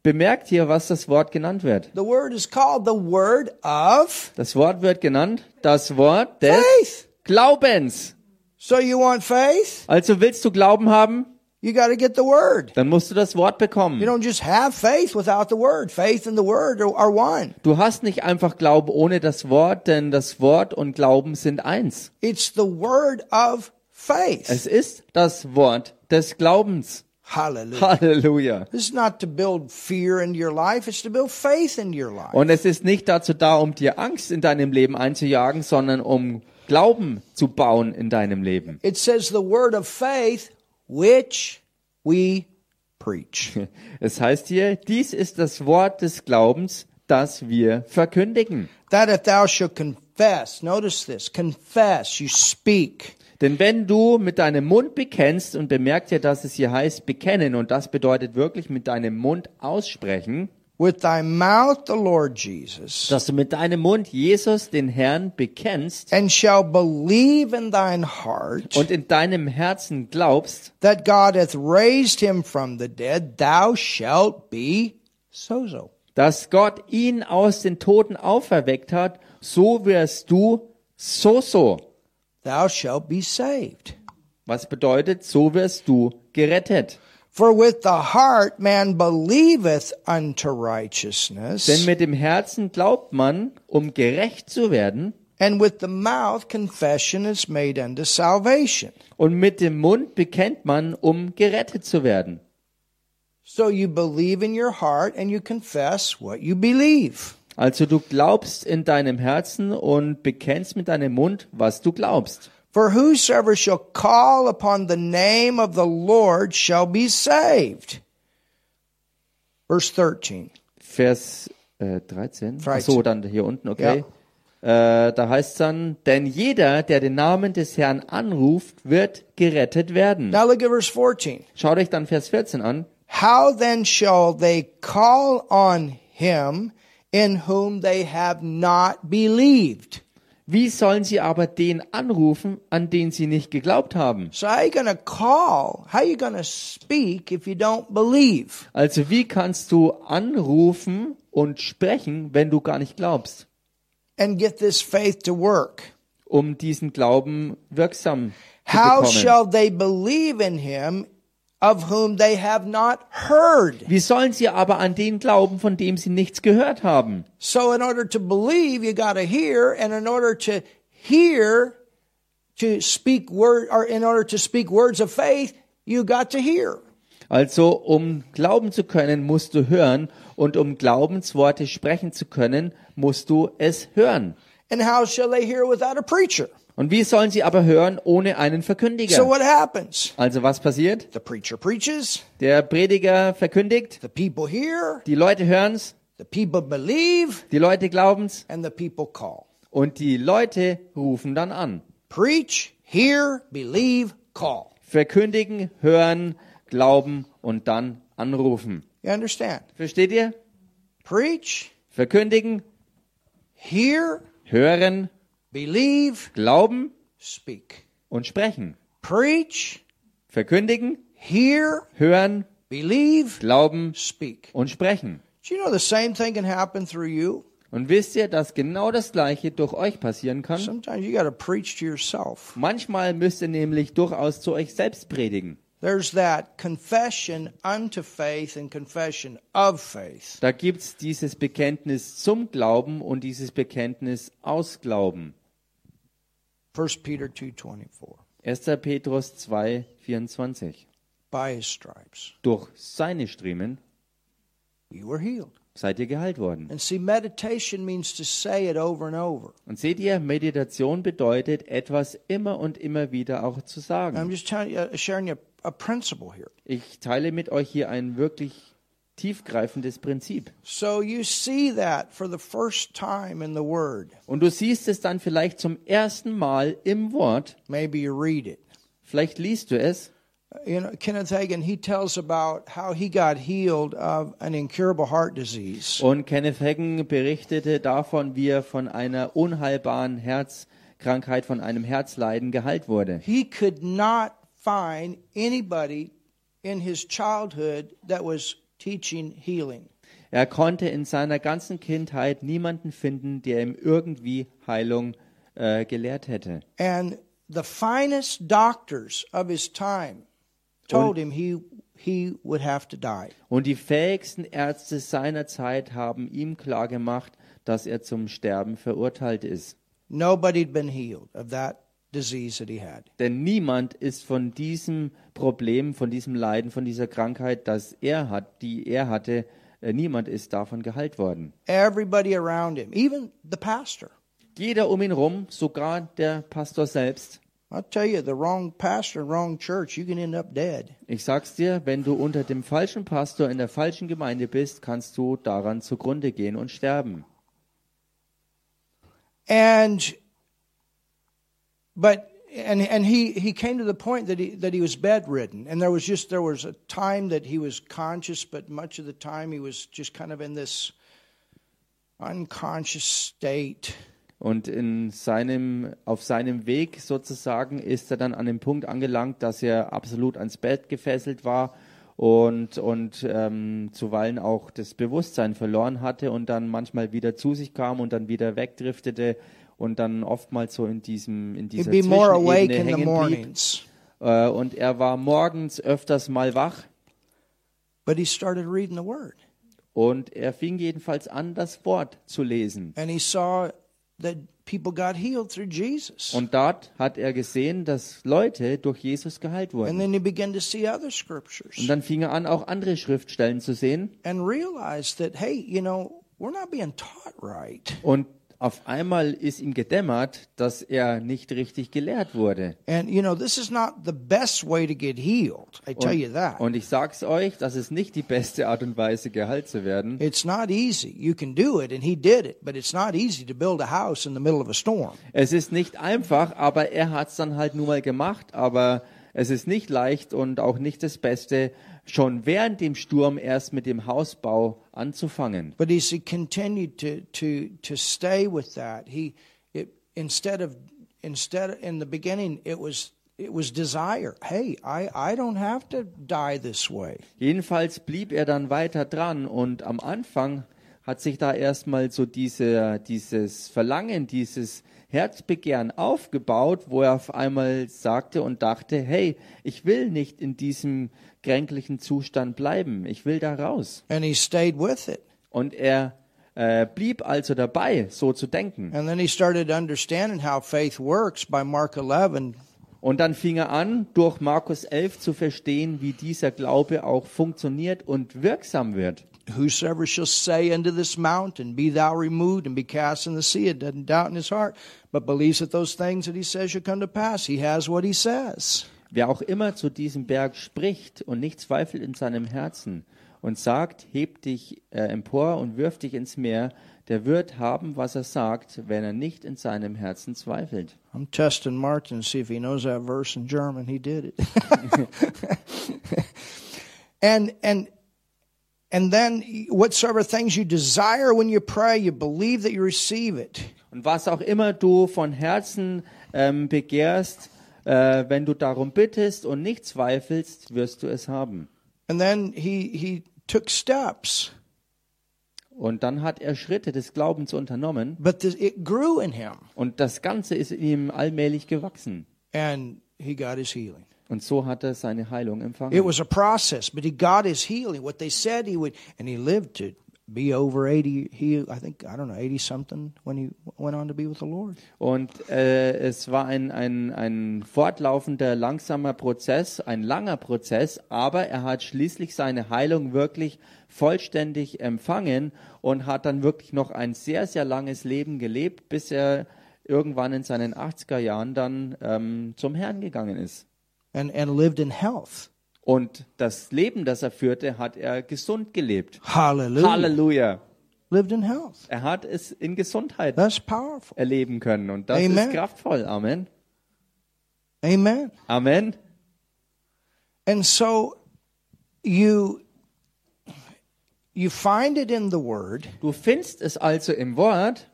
Speaker 2: Bemerkt hier, was das Wort genannt wird.
Speaker 1: The word is called the word of
Speaker 2: Das Wort wird genannt das Wort des
Speaker 1: faith.
Speaker 2: Glaubens.
Speaker 1: So you want faith?
Speaker 2: Also willst du Glauben haben,
Speaker 1: You got to get the word.
Speaker 2: dann musst du das Wort
Speaker 1: You
Speaker 2: bekommen.
Speaker 1: don't just have faith without the word. Faith and the word are, are one.
Speaker 2: Du hast nicht einfach Glauben ohne das Wort, denn das Wort und Glauben sind eins.
Speaker 1: It's the word of faith.
Speaker 2: Es ist das Wort des Glaubens. [laughs]
Speaker 1: Hallelujah.
Speaker 2: Halleluja.
Speaker 1: this is not to build fear into your life. It's to build faith into your life.
Speaker 2: Und es ist nicht dazu da, um dir Angst in deinem Leben einzujagen, sondern um Glauben zu bauen in deinem Leben.
Speaker 1: It says the word of faith which we preach.
Speaker 2: Es heißt hier, dies ist das Wort des Glaubens, das wir verkündigen.
Speaker 1: that if thou shalt confess, notice this, confess, you speak.
Speaker 2: Denn wenn du mit deinem Mund bekennst und bemerkt ja, dass es hier heißt bekennen und das bedeutet wirklich mit deinem Mund aussprechen,
Speaker 1: With thy mouth the Lord Jesus,
Speaker 2: dass du mit deinem Mund Jesus den Herrn bekennst
Speaker 1: and shall believe in thine heart.
Speaker 2: und in deinem Herzen glaubst,
Speaker 1: that God hath raised him from the dead, thou shalt be sozo.
Speaker 2: dass Gott ihn aus den Toten auferweckt hat, so wirst du so so.
Speaker 1: Thou shalt be saved.
Speaker 2: Was bedeutet, so wirst du gerettet.
Speaker 1: For with the heart man believeth unto
Speaker 2: Denn
Speaker 1: righteousness,
Speaker 2: mit dem Herzen glaubt man, um gerecht zu werden,
Speaker 1: and with the mouth confession is made unto salvation.
Speaker 2: und mit dem Mund bekennt man, um gerettet zu werden.
Speaker 1: So you believe in your heart and you confess what you believe.
Speaker 2: Also du glaubst in deinem Herzen und bekennst mit deinem Mund, was du glaubst.
Speaker 1: For whosoever shall call upon the name of the Lord shall be saved. Verse 13.
Speaker 2: Vers äh, 13. Ach
Speaker 1: 13.
Speaker 2: so, dann hier unten, okay. Äh, da heißt es dann, denn jeder, der den Namen des Herrn anruft, wird gerettet werden.
Speaker 1: Now look at verse 14.
Speaker 2: Schaut euch dann Vers 14 an.
Speaker 1: How then shall they call on him in whom they have not believed?
Speaker 2: Wie sollen sie aber den anrufen, an den sie nicht geglaubt haben?
Speaker 1: So how you gonna call? How you gonna speak if you don't believe?
Speaker 2: Also wie kannst du anrufen und sprechen, wenn du gar nicht glaubst,
Speaker 1: And get this faith to work.
Speaker 2: um diesen Glauben wirksam zu
Speaker 1: How
Speaker 2: bekommen?
Speaker 1: shall they believe in him of whom they have not heard?
Speaker 2: Wie sollen sie aber an den glauben, von dem sie nichts gehört haben?
Speaker 1: So in order to believe, you gotta hear, and in order to hear, to speak word, or in order to speak words of faith, you got to hear.
Speaker 2: Also, um glauben zu können, musst du hören und um Glaubensworte sprechen zu können, musst du es hören.
Speaker 1: And how shall they hear without a preacher?
Speaker 2: Und wie sollen sie aber hören ohne einen Verkündiger?
Speaker 1: So what happens?
Speaker 2: also was passiert?
Speaker 1: The preacher preaches,
Speaker 2: Der Prediger verkündigt,
Speaker 1: the people hear,
Speaker 2: die Leute hören's,
Speaker 1: the people believe,
Speaker 2: die Leute glauben's
Speaker 1: and the people call.
Speaker 2: und die Leute rufen dann an.
Speaker 1: Preach, hear, believe, call.
Speaker 2: Verkündigen, hören, glauben und dann anrufen.
Speaker 1: You understand?
Speaker 2: Versteht ihr?
Speaker 1: Preach,
Speaker 2: Verkündigen,
Speaker 1: hear,
Speaker 2: hören,
Speaker 1: believe,
Speaker 2: glauben
Speaker 1: speak.
Speaker 2: und sprechen.
Speaker 1: Preach,
Speaker 2: Verkündigen,
Speaker 1: hear,
Speaker 2: hören,
Speaker 1: believe,
Speaker 2: glauben
Speaker 1: speak.
Speaker 2: und sprechen.
Speaker 1: Do you know the same thing can happen through you?
Speaker 2: Und wisst ihr, dass genau das Gleiche durch euch passieren kann?
Speaker 1: Sometimes you got to preach to yourself.
Speaker 2: Manchmal müsst ihr nämlich durchaus zu euch selbst predigen.
Speaker 1: There's that confession unto faith and confession of faith.
Speaker 2: Da gibt es dieses Bekenntnis zum Glauben und dieses Bekenntnis aus Glauben.
Speaker 1: 1 Peter 2:24.
Speaker 2: 1. Petrus 2, 24.
Speaker 1: By his stripes
Speaker 2: Durch seine Striemen
Speaker 1: you were healed.
Speaker 2: seid ihr geheilt worden.
Speaker 1: And see meditation means to say it over and over.
Speaker 2: Und seht ihr, Meditation bedeutet, etwas immer und immer wieder auch zu
Speaker 1: I'm
Speaker 2: sagen.
Speaker 1: just telling you, sharing you a principle here.
Speaker 2: Ich teile mit euch hier ein wirklich tiefgreifendes Prinzip.
Speaker 1: So you see that for the first time in the word.
Speaker 2: Und du siehst es dann vielleicht zum ersten Mal im Wort.
Speaker 1: Maybe you read it.
Speaker 2: Vielleicht liest du es.
Speaker 1: You know, Kenneth Hagin, he tells about how he got healed of an incurable heart disease.
Speaker 2: Und Kenneth Hagin berichtete davon, wie er von einer unheilbaren Herzkrankheit, von einem Herzleiden geheilt wurde.
Speaker 1: He could not find anybody in his childhood that was teaching healing.
Speaker 2: Er konnte in seiner ganzen Kindheit niemanden finden, der ihm irgendwie Heilung äh, gelehrt hätte.
Speaker 1: And the finest doctors of his time told him he he would have to die.
Speaker 2: Und die fähigsten Ärzte seiner Zeit haben ihm klargemacht, dass er zum Sterben verurteilt ist.
Speaker 1: Nobody'd been healed of that disease that he had.
Speaker 2: Denn niemand ist von diesem Problem, von diesem Leiden, von dieser Krankheit, das er hat, die er hatte, äh, niemand ist davon geheilt worden.
Speaker 1: Everybody around him, even the pastor.
Speaker 2: Jeder um ihn rum, sogar der Pastor selbst.
Speaker 1: I'll tell you, the wrong pastor, wrong church, you can end up dead.
Speaker 2: Ich sag's dir, wenn du unter dem falschen Pastor in der falschen Gemeinde bist, kannst du daran zugrunde gehen und sterben.
Speaker 1: And but and and he he came to the point that he that he was bedridden, and there was just there was a time that he was conscious, but much of the time he was just kind of in this unconscious state.
Speaker 2: Und in seinem, auf seinem Weg sozusagen ist er dann an den Punkt angelangt, dass er absolut ans Bett gefesselt war und, und ähm, zuweilen auch das Bewusstsein verloren hatte und dann manchmal wieder zu sich kam und dann wieder wegdriftete und dann oftmals so in diesem in
Speaker 1: He'd
Speaker 2: dieser
Speaker 1: be more awake
Speaker 2: Zwischenebene
Speaker 1: in the
Speaker 2: hängen blieb.
Speaker 1: mornings.
Speaker 2: Äh, und er war morgens öfters mal wach
Speaker 1: But he started reading the Word,
Speaker 2: und er fing jedenfalls an, das Wort zu lesen.
Speaker 1: and he saw that people got healed through Jesus.
Speaker 2: Und dort hat er gesehen, dass Leute durch Jesus geheilt
Speaker 1: And
Speaker 2: wurden.
Speaker 1: then he began to see other
Speaker 2: Und
Speaker 1: scriptures
Speaker 2: dann fing er an, auch andere Schriftstellen zu sehen.
Speaker 1: and realized that, hey, you know, we're not being taught right.
Speaker 2: Und auf einmal ist ihm gedämmert, dass er nicht richtig gelehrt wurde.
Speaker 1: And you know, this is not the best way to get healed. I tell you that.
Speaker 2: Und ich sag's euch, das ist nicht die beste Art und Weise, geheilt zu werden.
Speaker 1: It's not easy. You can do it, and he did it, but it's not easy to build a house in the middle of a storm.
Speaker 2: Es ist nicht einfach, aber er hat's dann halt nun mal gemacht. Aber es ist nicht leicht und auch nicht das Beste, schon während dem Sturm erst mit dem Hausbau anzufangen.
Speaker 1: But as he continued to to to stay with that, he it instead of instead in the beginning it was it was desire. Hey, I I don't have to die this way.
Speaker 2: Jedenfalls blieb er dann weiter dran und am Anfang hat sich da erstmal so diese, dieses Verlangen, dieses Herzbegehren aufgebaut, wo er auf einmal sagte und dachte, hey, ich will nicht in diesem kränklichen Zustand bleiben, ich will da raus.
Speaker 1: And he stayed with it.
Speaker 2: Und er äh, blieb also dabei, so zu denken.
Speaker 1: And then he started understanding how faith works by Mark 11
Speaker 2: Und dann fing er an, durch Markus 11 zu verstehen, wie dieser Glaube auch funktioniert und wirksam wird.
Speaker 1: Whosoever shall say unto this mountain, Be thou removed and be cast in the sea, it doesn't doubt in his heart, but believes that those things that he says shall come to pass. He has what he says.
Speaker 2: Wer auch immer zu diesem Berg spricht und nicht zweifelt in seinem Herzen und sagt, heb dich äh, empor und wirf dich ins Meer, Der wird haben, was er sagt, wenn er nicht in seinem Herzen zweifelt.
Speaker 1: I'm testing Martin to see if he knows that verse in German. He did it. [laughs] and and and then whatsoever things you desire when you pray, you believe that you receive it.
Speaker 2: Und was auch immer du von Herzen ähm, begehrst, äh, wenn du darum bittest und nicht zweifelst, wirst du es haben.
Speaker 1: And then he he took steps,
Speaker 2: Und dann hat er Schritte des Glaubens unternommen
Speaker 1: but the, it grew in him,
Speaker 2: und das Ganze ist in ihm allmählich gewachsen.
Speaker 1: and he got his healing.
Speaker 2: Und so hat er seine Heilung empfangen.
Speaker 1: It was a process, but he got his healing. What they said he would, and he lived to be over eighty. He, I think, I don't know, eighty something when he went on to be with the Lord.
Speaker 2: Und äh, es war ein, ein, ein fortlaufender, langsamer Prozess, ein langer Prozess, aber er hat schließlich seine Heilung wirklich vollständig empfangen und hat dann wirklich noch ein sehr, sehr langes Leben gelebt, bis er irgendwann in seinen 80er Jahren dann ähm, zum Herrn gegangen ist.
Speaker 1: and, and lived in health.
Speaker 2: Und das Leben, das er führte, hat er gesund gelebt.
Speaker 1: Hallelujah.
Speaker 2: Halleluja!
Speaker 1: Lived in health.
Speaker 2: Er hat es in Gesundheit
Speaker 1: That's powerful.
Speaker 2: erleben können und das
Speaker 1: Amen.
Speaker 2: ist kraftvoll. Amen.
Speaker 1: Amen.
Speaker 2: Amen.
Speaker 1: And so you you find it in the word.
Speaker 2: Du findest es also im Wort,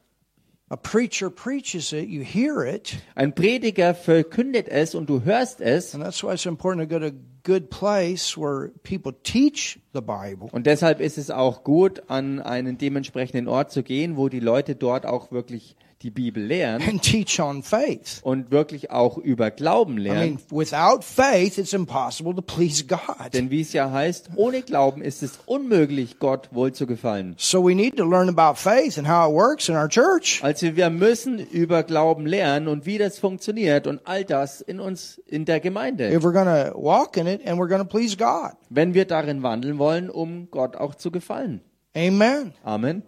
Speaker 1: A preacher preaches it, you hear it,
Speaker 2: ein Prediger verkündet es und du hörst es.
Speaker 1: and that's why it's important to go to a good place where people teach the Bible.
Speaker 2: Und deshalb ist es auch gut, an einen dementsprechenden Ort zu gehen, wo die Leute dort auch wirklich die Bibel lernen
Speaker 1: And teach on faith.
Speaker 2: und wirklich auch über Glauben
Speaker 1: I
Speaker 2: lernen.
Speaker 1: mean, without faith, it's impossible to please God.
Speaker 2: Denn wie es ja heißt, ohne Glauben ist es unmöglich, Gott wohlzugefallen.
Speaker 1: So we need to learn about faith and how it works in our church.
Speaker 2: Also wir müssen über Glauben lernen und wie das funktioniert und all das in uns, in der Gemeinde,
Speaker 1: If we're going to walk in it and we're going to please God.
Speaker 2: wenn wir darin wandeln wollen, um Gott auch zu gefallen.
Speaker 1: Amen.
Speaker 2: Amen.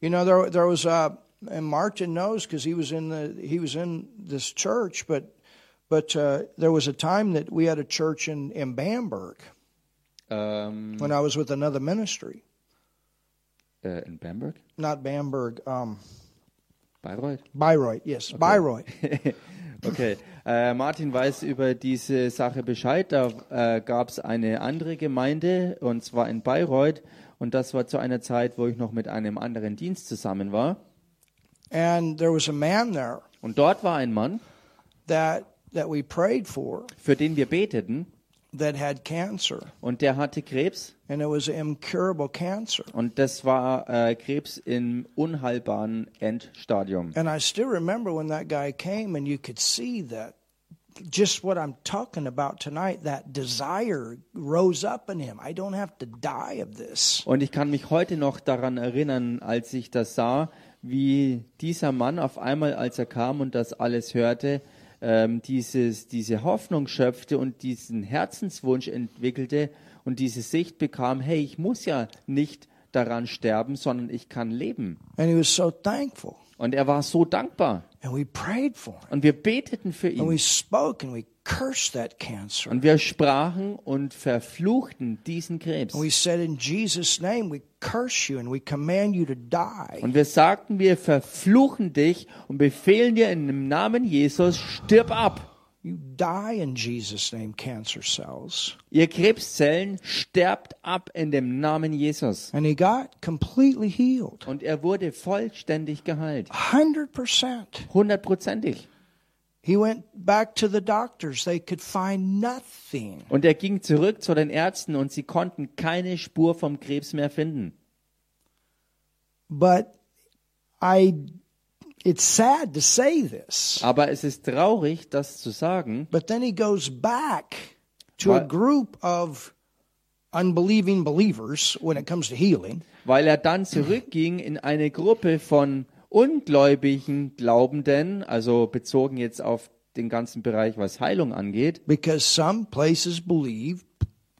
Speaker 1: You know, there there was uh, and Martin knows because he was in the he was in this church, but but uh, there was a time that we had a church in in Bamberg
Speaker 2: Ähm,
Speaker 1: when I was with another ministry,
Speaker 2: äh, in Bamberg?
Speaker 1: not Bamberg, um,
Speaker 2: Bayreuth? [laughs]
Speaker 1: Bayreuth. Yes, Bayreuth.
Speaker 2: Okay, äh, Martin weiß über diese Sache Bescheid. Da äh, gab es eine andere Gemeinde und zwar in Bayreuth und das war zu einer Zeit, wo ich noch mit einem anderen Dienst zusammen war.
Speaker 1: And there was a man there
Speaker 2: Und dort war ein Mann,
Speaker 1: that that we prayed for
Speaker 2: für den wir beteten
Speaker 1: that had cancer,
Speaker 2: und der hatte Krebs
Speaker 1: and it was incurable cancer.
Speaker 2: und das war äh, Krebs im unheilbaren Endstadium.
Speaker 1: And I still remember when that guy came, and you could see that just what I'm talking about tonight, that desire rose up in him. I don't have to die of this.
Speaker 2: Und ich kann mich heute noch daran erinnern, als ich das sah, wie dieser Mann auf einmal, als er kam und das alles hörte, ähm, dieses, diese Hoffnung schöpfte und diesen Herzenswunsch entwickelte und diese Sicht bekam, hey, ich muss ja nicht daran sterben, sondern ich kann leben.
Speaker 1: And he was so thankful.
Speaker 2: Und er war so dankbar.
Speaker 1: And we prayed for him.
Speaker 2: Und wir beteten für
Speaker 1: And
Speaker 2: ihn.
Speaker 1: we spoke and we cursed that cancer.
Speaker 2: Und wir sprachen und verfluchten diesen Krebs.
Speaker 1: And we said, In Jesus' name, we curse you and we command you to die.
Speaker 2: Und wir sagten, wir verfluchen dich und befehlen dir in dem Namen Jesus, stirb ab.
Speaker 1: You die in Jesus' name, cancer cells.
Speaker 2: Ihr Krebszellen, sterbt ab in dem Namen Jesus.
Speaker 1: And he got completely healed.
Speaker 2: Und er wurde vollständig geheilt.
Speaker 1: 100%.
Speaker 2: Hundertprozentig.
Speaker 1: He went back to the doctors. They could find nothing.
Speaker 2: Und er ging zurück zu den Ärzten und sie konnten keine Spur vom Krebs mehr finden.
Speaker 1: But I, it's sad to say this,
Speaker 2: Aber es ist traurig, das zu sagen.
Speaker 1: but then he goes back to a
Speaker 2: Right.
Speaker 1: group of unbelieving believers when it comes to healing.
Speaker 2: weil er dann zurückging in eine Gruppe von ungläubigen Glaubenden, also bezogen jetzt auf den ganzen Bereich, was Heilung angeht,
Speaker 1: Because some places believe,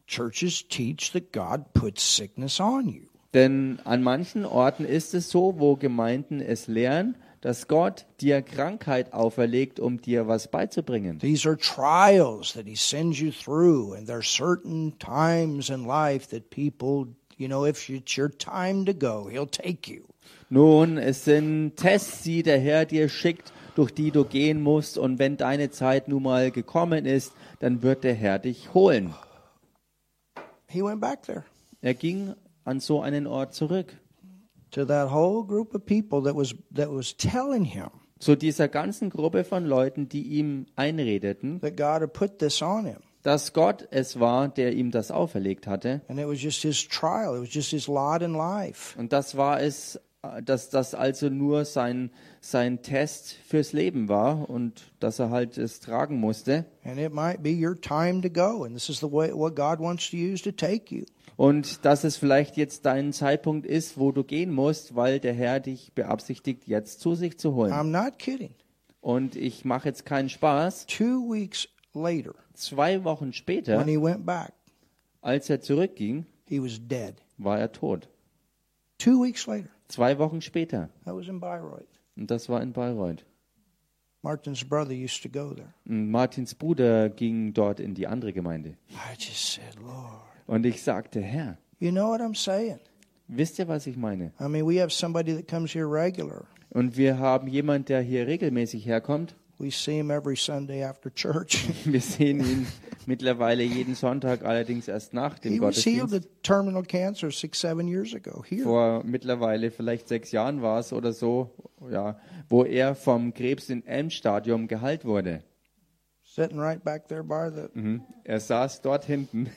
Speaker 1: churches teach that God puts sickness on you.
Speaker 2: Denn an manchen Orten ist es so, wo Gemeinden es lehren, dass Gott dir Krankheit auferlegt, um dir was beizubringen.
Speaker 1: These are trials that he sends you through, and there are certain times in life that people, you know, if it's your time to go, he'll take you.
Speaker 2: Nun, es sind Tests, die der Herr dir schickt, durch die du gehen musst. Und wenn deine Zeit nun mal gekommen ist, dann wird der Herr dich holen.
Speaker 1: He went back there
Speaker 2: Er ging an so einen Ort zurück.
Speaker 1: to that whole group of people that was that was telling him
Speaker 2: Zu dieser ganzen Gruppe von Leuten, die ihm einredeten,
Speaker 1: that God had put this on him.
Speaker 2: dass Gott es war, der ihm das auferlegt hatte.
Speaker 1: And it was just his trial. It was just his lot in life.
Speaker 2: Und das war es, äh, dass das also nur sein, sein Test fürs Leben war und dass er halt es tragen musste.
Speaker 1: And it might be your time to go. And this is the way what God wants to use to take you.
Speaker 2: Und dass es vielleicht jetzt dein Zeitpunkt ist, wo du gehen musst, weil der Herr dich beabsichtigt, jetzt zu sich zu holen.
Speaker 1: I'm not kidding.
Speaker 2: Und ich mache jetzt keinen Spaß.
Speaker 1: Two weeks later,
Speaker 2: Zwei Wochen später,
Speaker 1: when he went back,
Speaker 2: als er zurückging,
Speaker 1: he was dead.
Speaker 2: war er tot.
Speaker 1: Two weeks later,
Speaker 2: Zwei Wochen später.
Speaker 1: that was in Bayreuth.
Speaker 2: Und das war in Bayreuth.
Speaker 1: Martin's brother used to go there.
Speaker 2: Und Martins Bruder ging dort in die andere Gemeinde.
Speaker 1: I just said, Lord,
Speaker 2: Und ich sagte, Herr,
Speaker 1: you know what I'm saying?
Speaker 2: wisst ihr, was ich meine?
Speaker 1: I mean, we have somebody that comes here regular.
Speaker 2: Und wir haben jemand, der hier regelmäßig herkommt. [laughs]
Speaker 1: We see him every Sunday after church.
Speaker 2: Wir
Speaker 1: [laughs]
Speaker 2: sehen ihn mittlerweile jeden Sonntag, allerdings erst nach dem
Speaker 1: he was healed
Speaker 2: Gottesdienst.
Speaker 1: of terminal cancer six, seven years ago here.
Speaker 2: Vor mittlerweile vielleicht sechs Jahren war es oder so, ja, wo er vom Krebs in M-Stadium geheilt wurde.
Speaker 1: sitting right back there by the
Speaker 2: Mhm. Er saß dort hinten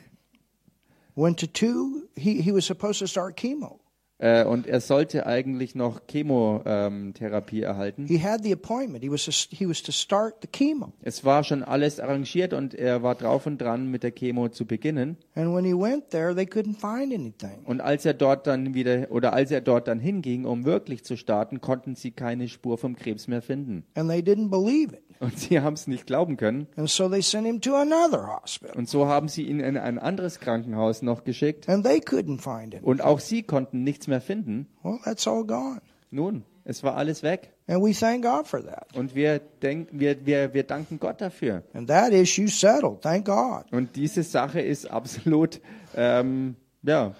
Speaker 1: went to two he, he was supposed to start chemo
Speaker 2: äh, und er sollte eigentlich noch Chemotherapie erhalten.
Speaker 1: he had the appointment he was to, he was to start the chemo
Speaker 2: Es war schon alles arrangiert und er war drauf und dran, mit der Chemo zu beginnen.
Speaker 1: and when he went there they couldn't find anything
Speaker 2: Und als er dort dann wieder oder als er dort dann hinging, um wirklich zu starten, konnten sie keine Spur vom Krebs mehr finden.
Speaker 1: and they didn't believe it
Speaker 2: Und sie haben es nicht glauben können.
Speaker 1: and so they sent him to another hospital
Speaker 2: Und so haben sie ihn in ein anderes Krankenhaus noch geschickt.
Speaker 1: and they couldn't find it
Speaker 2: Und auch sie konnten nichts mehr finden.
Speaker 1: well that's all gone
Speaker 2: Nun, es war alles weg.
Speaker 1: and we thank god for that
Speaker 2: Und wir denken, wir, wir, wir danken Gott dafür.
Speaker 1: and that issue settled thank god
Speaker 2: Und diese Sache ist absolut, ähm, ja,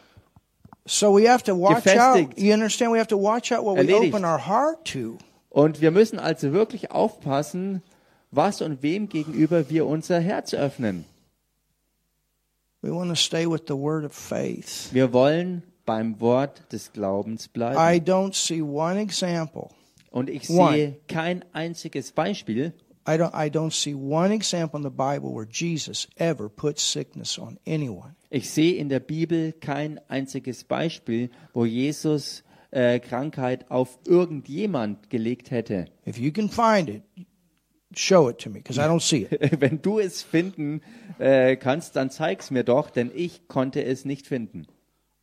Speaker 1: so we have to watch out
Speaker 2: Gefestigt.
Speaker 1: you understand we have to watch out what we
Speaker 2: Erledigt.
Speaker 1: open our heart to
Speaker 2: Und wir müssen also wirklich aufpassen, was und wem gegenüber wir unser Herz öffnen.
Speaker 1: we want to stay with the word of faith
Speaker 2: Wir wollen beim Wort des Glaubens bleiben.
Speaker 1: I don't see one example.
Speaker 2: und ich
Speaker 1: Why?
Speaker 2: sehe kein einziges Beispiel.
Speaker 1: I don't I don't see one example in the Bible where Jesus ever put sickness on anyone.
Speaker 2: Ich sehe in der Bibel kein einziges Beispiel, wo Jesus äh, Krankheit auf irgendjemand gelegt hätte. [laughs]
Speaker 1: If you can find it, show it to me because I don't see it.
Speaker 2: Wenn du es finden äh, kannst, dann zeig's mir doch, denn ich konnte es nicht finden.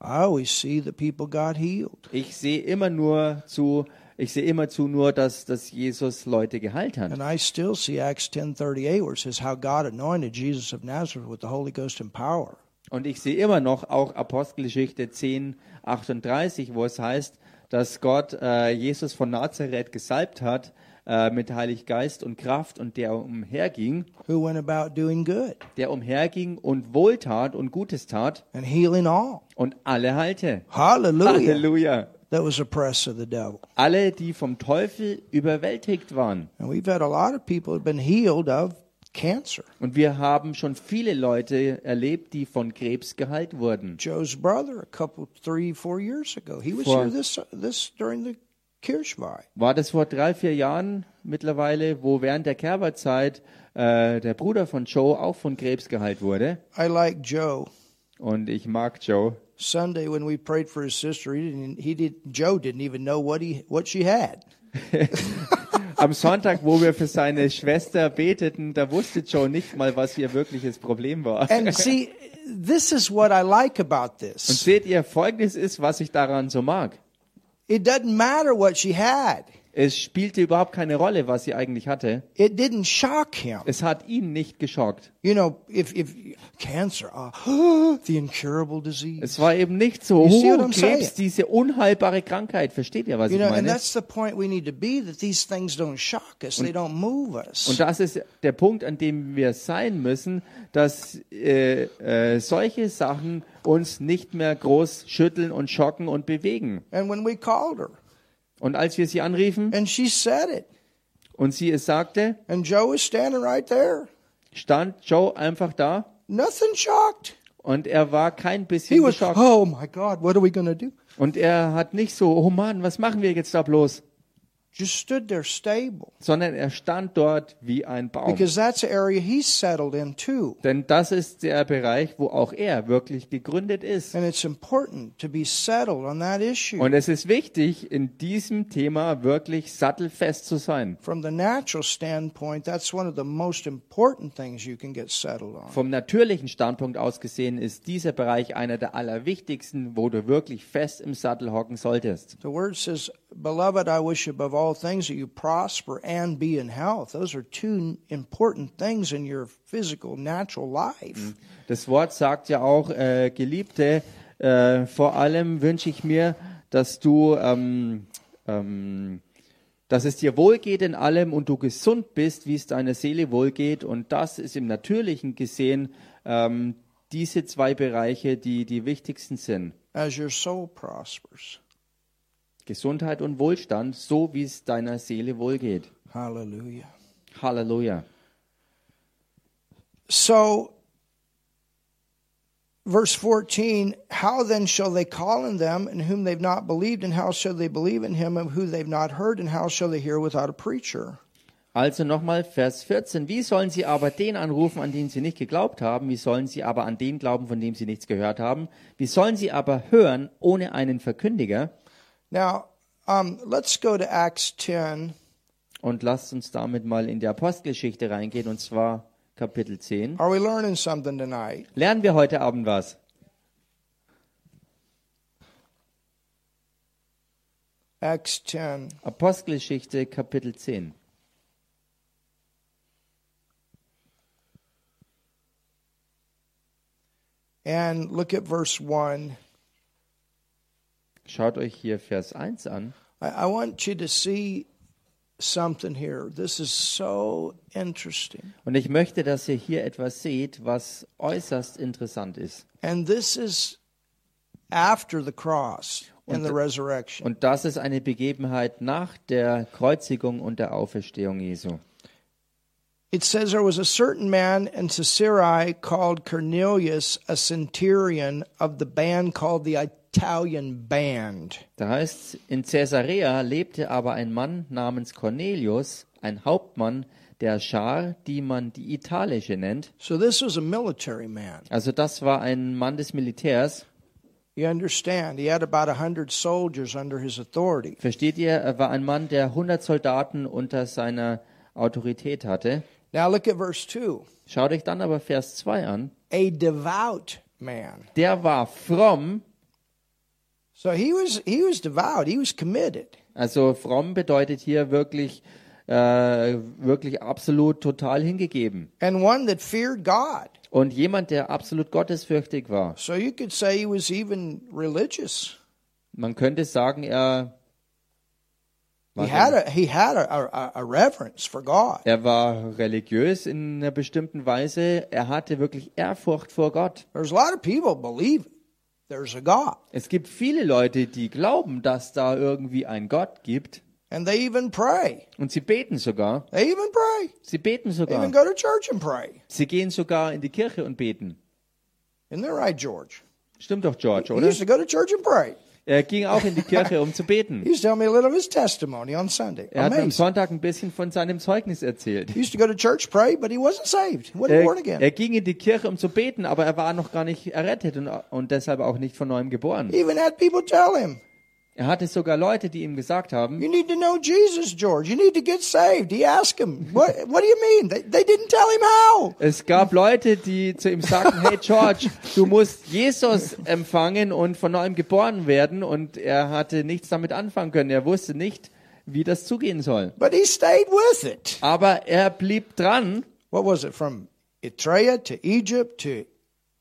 Speaker 1: I always see the people got healed.
Speaker 2: Ich sehe immer nur zu, ich sehe immerzu nur, dass, dass Jesus Leute geheilt hat.
Speaker 1: And I still see Acts 10:38 where it says how God anointed Jesus of Nazareth with the Holy Ghost and power.
Speaker 2: Und ich sehe immer noch auch Apostelgeschichte 10, 38, wo es heißt, dass Gott äh, Jesus von Nazareth gesalbt hat äh, mit Heilig Geist und Kraft und der umherging,
Speaker 1: Who went about doing good
Speaker 2: der umherging und Wohltat und Gutes tat
Speaker 1: and healing all.
Speaker 2: und alle heilte.
Speaker 1: Hallelujah.
Speaker 2: Halleluja.
Speaker 1: That was the press of the devil.
Speaker 2: Alle, die vom Teufel überwältigt waren.
Speaker 1: And we've had a lot of people that have been healed of cancer.
Speaker 2: Und wir haben schon viele Leute erlebt, die von Krebs geheilt wurden.
Speaker 1: Joe's brother a couple, three, four years ago. He was
Speaker 2: Four.
Speaker 1: here this this during the Kirschweih.
Speaker 2: War das vor drei, vier Jahren mittlerweile, wo während der Kerberzeit äh, der Bruder von Joe auch von Krebs geheilt wurde?
Speaker 1: I like Joe.
Speaker 2: Und ich mag Joe.
Speaker 1: Sunday when we prayed for his sister, he didn't. He did. Joe didn't even know what he what she had.
Speaker 2: Am Sonntag, wo wir für seine Schwester beteten, da wusste Joe nicht mal, was ihr wirkliches Problem war. Und
Speaker 1: And see, this is what I like about this.
Speaker 2: seht ihr, folgendes ist, was ich daran so mag.
Speaker 1: It doesn't matter what she had.
Speaker 2: Es spielte überhaupt keine Rolle, was sie eigentlich hatte.
Speaker 1: It didn't shock him.
Speaker 2: Es hat ihn nicht geschockt.
Speaker 1: You know, if if cancer, ah, [gasps] the incurable disease.
Speaker 2: Es war eben nicht so,
Speaker 1: see what
Speaker 2: oh,
Speaker 1: I'm saying?
Speaker 2: Krebs, diese unheilbare Krankheit. Versteht ihr, was
Speaker 1: You
Speaker 2: ich
Speaker 1: know, and
Speaker 2: meine?
Speaker 1: that's the point we need to be. That these things don't shock us. They don't move us.
Speaker 2: Und das ist der Punkt, an dem wir sein müssen, dass äh, äh, solche Sachen uns nicht mehr groß schütteln und schocken und bewegen.
Speaker 1: And when we called her,
Speaker 2: Und als wir sie anriefen
Speaker 1: And she said it.
Speaker 2: und sie es sagte,
Speaker 1: And Joe was standing right there.
Speaker 2: stand Joe einfach da
Speaker 1: Nothing shocked.
Speaker 2: und er war kein
Speaker 1: He
Speaker 2: bisschen
Speaker 1: was,
Speaker 2: geschockt.
Speaker 1: oh my God, what are we going to do?
Speaker 2: Und er hat nicht so, oh Mann, was machen wir jetzt da bloß?
Speaker 1: Just stood there stable
Speaker 2: Sondern er stand dort wie ein Baum.
Speaker 1: because that's the area he's settled in too.
Speaker 2: Denn das ist der Bereich, wo auch er wirklich gegründet ist.
Speaker 1: And it's important to be settled on that issue.
Speaker 2: Und es ist wichtig, in diesem Thema wirklich sattelfest zu sein.
Speaker 1: From the natural standpoint, that's one of the most important things you can get settled on.
Speaker 2: Vom natürlichen Standpunkt aus gesehen ist dieser Bereich einer der allerwichtigsten, wo du wirklich fest im Sattel hocken solltest.
Speaker 1: The word says, Beloved, I wish above all things that you prosper and be in health. Those are two important things in your physical, natural life.
Speaker 2: Das Wort sagt ja auch, äh, Geliebte, äh, vor allem wünsche ich mir, dass du, ähm, ähm, dass es dir wohlgeht in allem und du gesund bist, wie es deiner Seele wohlgeht. Und das ist im Natürlichen gesehen ähm, diese zwei Bereiche, die die wichtigsten sind.
Speaker 1: As your soul prospers.
Speaker 2: Gesundheit und Wohlstand, so wie es deiner Seele wohlgeht.
Speaker 1: Hallelujah.
Speaker 2: Halleluja.
Speaker 1: So, verse 14 How then shall they call on them in whom they've not believed? And how shall they believe in him of who they've not heard? And how shall they hear without a preacher?
Speaker 2: Also nochmal Vers 14. Wie sollen sie aber den anrufen, an den sie nicht geglaubt haben? Wie sollen sie aber an den glauben, von dem sie nichts gehört haben? Wie sollen sie aber hören ohne einen Verkündiger?
Speaker 1: Now, um, let's go to Acts 10.
Speaker 2: Und lasst uns damit mal in die Apostelgeschichte reingehen, und zwar Kapitel 10.
Speaker 1: Are we learning something tonight?
Speaker 2: Lernen wir heute Abend was?
Speaker 1: Acts 10.
Speaker 2: Apostelgeschichte Kapitel 10.
Speaker 1: And look at verse 1.
Speaker 2: Schaut euch hier Vers 1 an.
Speaker 1: I, I want you to see something here. This is so interesting.
Speaker 2: Und ich möchte, dass ihr hier etwas seht, was äußerst interessant ist.
Speaker 1: And this is after the cross and the resurrection.
Speaker 2: Und das ist eine Begebenheit nach der Kreuzigung und der Auferstehung Jesu.
Speaker 1: It says there was a certain man in Caesarea called Cornelius, a centurion of the band called the Italian Band.
Speaker 2: Da heißt in Caesarea lebte aber ein Mann namens Cornelius, ein Hauptmann der Schar, die man die italische nennt.
Speaker 1: So this was a military man.
Speaker 2: Also das war ein Mann des Militärs.
Speaker 1: You understand? He had about a hundred soldiers under his authority.
Speaker 2: Versteht ihr, er war ein Mann, der 100 Soldaten unter seiner Autorität hatte.
Speaker 1: Now look at verse two.
Speaker 2: Schaut euch dann aber Vers 2 an.
Speaker 1: A devout man.
Speaker 2: Der war fromm,
Speaker 1: So he was he was devout. He was committed.
Speaker 2: also fromm bedeutet hier wirklich, äh, wirklich absolut total hingegeben.
Speaker 1: And one that feared God.
Speaker 2: Und jemand, der absolut gottesfürchtig war.
Speaker 1: So you could say he was even religious.
Speaker 2: Man könnte sagen, er
Speaker 1: He
Speaker 2: war,
Speaker 1: had a he had a, a, a reverence for God.
Speaker 2: er war religiös in einer bestimmten Weise. Er hatte wirklich Ehrfurcht vor Gott.
Speaker 1: There's a lot of people believe there's a God,
Speaker 2: Es gibt viele Leute, die glauben, dass da irgendwie ein Gott gibt.
Speaker 1: and they even pray.
Speaker 2: Und sie beten sogar.
Speaker 1: They even pray.
Speaker 2: Sie beten
Speaker 1: They even
Speaker 2: sogar.
Speaker 1: go to church and pray.
Speaker 2: Sie gehen sogar in die Kirche und beten.
Speaker 1: Isn't that right, George?
Speaker 2: Stimmt doch, George,
Speaker 1: He
Speaker 2: oder?
Speaker 1: used to go to church and pray.
Speaker 2: Er ging auch in die Kirche, um zu
Speaker 1: He
Speaker 2: beten.
Speaker 1: used to tell me a little of his testimony on Sunday.
Speaker 2: Er hat mir am
Speaker 1: Amazing.
Speaker 2: Sonntag ein bisschen von seinem Zeugnis erzählt.
Speaker 1: He used to go to church, pray, but he wasn't saved. He wasn't
Speaker 2: Er,
Speaker 1: born again.
Speaker 2: er ging in die Kirche, um zu beten, aber er war noch gar nicht errettet und, und deshalb auch nicht von neuem geboren.
Speaker 1: He even had people tell him,
Speaker 2: Er hatte sogar Leute, die ihm gesagt haben,
Speaker 1: You need to know Jesus, George. You need to get saved. He asked him, What, what do you mean? They, they didn't tell him how.
Speaker 2: es gab Leute, die zu ihm sagten, hey George, du musst Jesus empfangen und von neuem geboren werden und er hatte nichts damit anfangen können. Er wusste nicht, wie das zugehen soll.
Speaker 1: But he stayed with it.
Speaker 2: Aber er blieb dran.
Speaker 1: What was it? From Etreia to Egypt to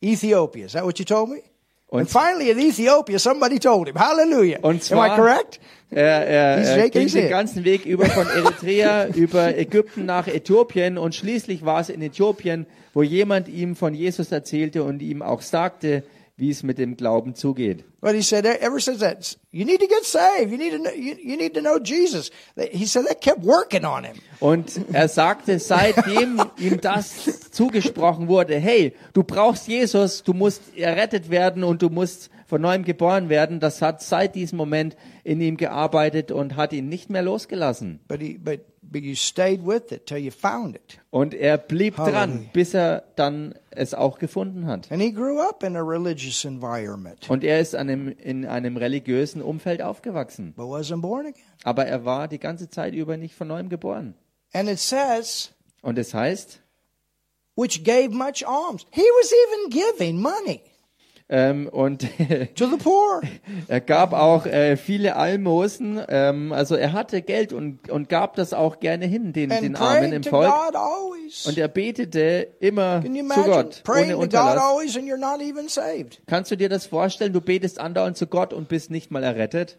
Speaker 1: Ethiopia. Is that what you told me? and finally in Ethiopia, somebody told him, Hallelujah.
Speaker 2: Und
Speaker 1: Am
Speaker 2: zwar,
Speaker 1: I correct?
Speaker 2: Er,
Speaker 1: He's
Speaker 2: er, er
Speaker 1: shaking
Speaker 2: ging
Speaker 1: his
Speaker 2: den
Speaker 1: head.
Speaker 2: ganzen Weg über von
Speaker 1: [laughs]
Speaker 2: Eritrea, über Ägypten nach Äthiopien und schließlich war es in Äthiopien, wo jemand ihm von Jesus erzählte und ihm auch sagte, wie es mit dem Glauben zugeht.
Speaker 1: But he said, "E, ever since that, you need to get saved. You need to know, you, you need to know Jesus. He said that kept working on him.
Speaker 2: Und er sagte, seitdem ihm das zugesprochen wurde, hey, du brauchst Jesus, du musst errettet werden und du musst von neuem geboren werden, das hat seit diesem Moment in ihm gearbeitet und hat ihn nicht mehr losgelassen.
Speaker 1: But he, but, but you stayed with it till you found it.
Speaker 2: Und er blieb dran,
Speaker 1: Halleluja.
Speaker 2: bis er dann es auch gefunden hat.
Speaker 1: And he grew up in a religious environment,
Speaker 2: Und er ist an einem, in einem religiösen Umfeld aufgewachsen.
Speaker 1: but wasn't born again.
Speaker 2: Aber er war die ganze Zeit über nicht von neuem geboren.
Speaker 1: And it says,
Speaker 2: Und es heißt,
Speaker 1: which gave much alms. He was even giving money
Speaker 2: ähm, und [laughs]
Speaker 1: to the poor.
Speaker 2: er gab auch äh, viele Almosen. Ähm, also er hatte Geld und, und gab das auch gerne hin, den,
Speaker 1: And
Speaker 2: den Armen
Speaker 1: prayed
Speaker 2: im
Speaker 1: to
Speaker 2: Volk.
Speaker 1: God always.
Speaker 2: Und er betete immer
Speaker 1: Can you
Speaker 2: zu
Speaker 1: imagine
Speaker 2: Gott,
Speaker 1: praying
Speaker 2: ohne
Speaker 1: to God
Speaker 2: Unterlass.
Speaker 1: always and you're not even saved?
Speaker 2: Kannst du dir das vorstellen? Du betest andauernd zu Gott und bist nicht mal errettet.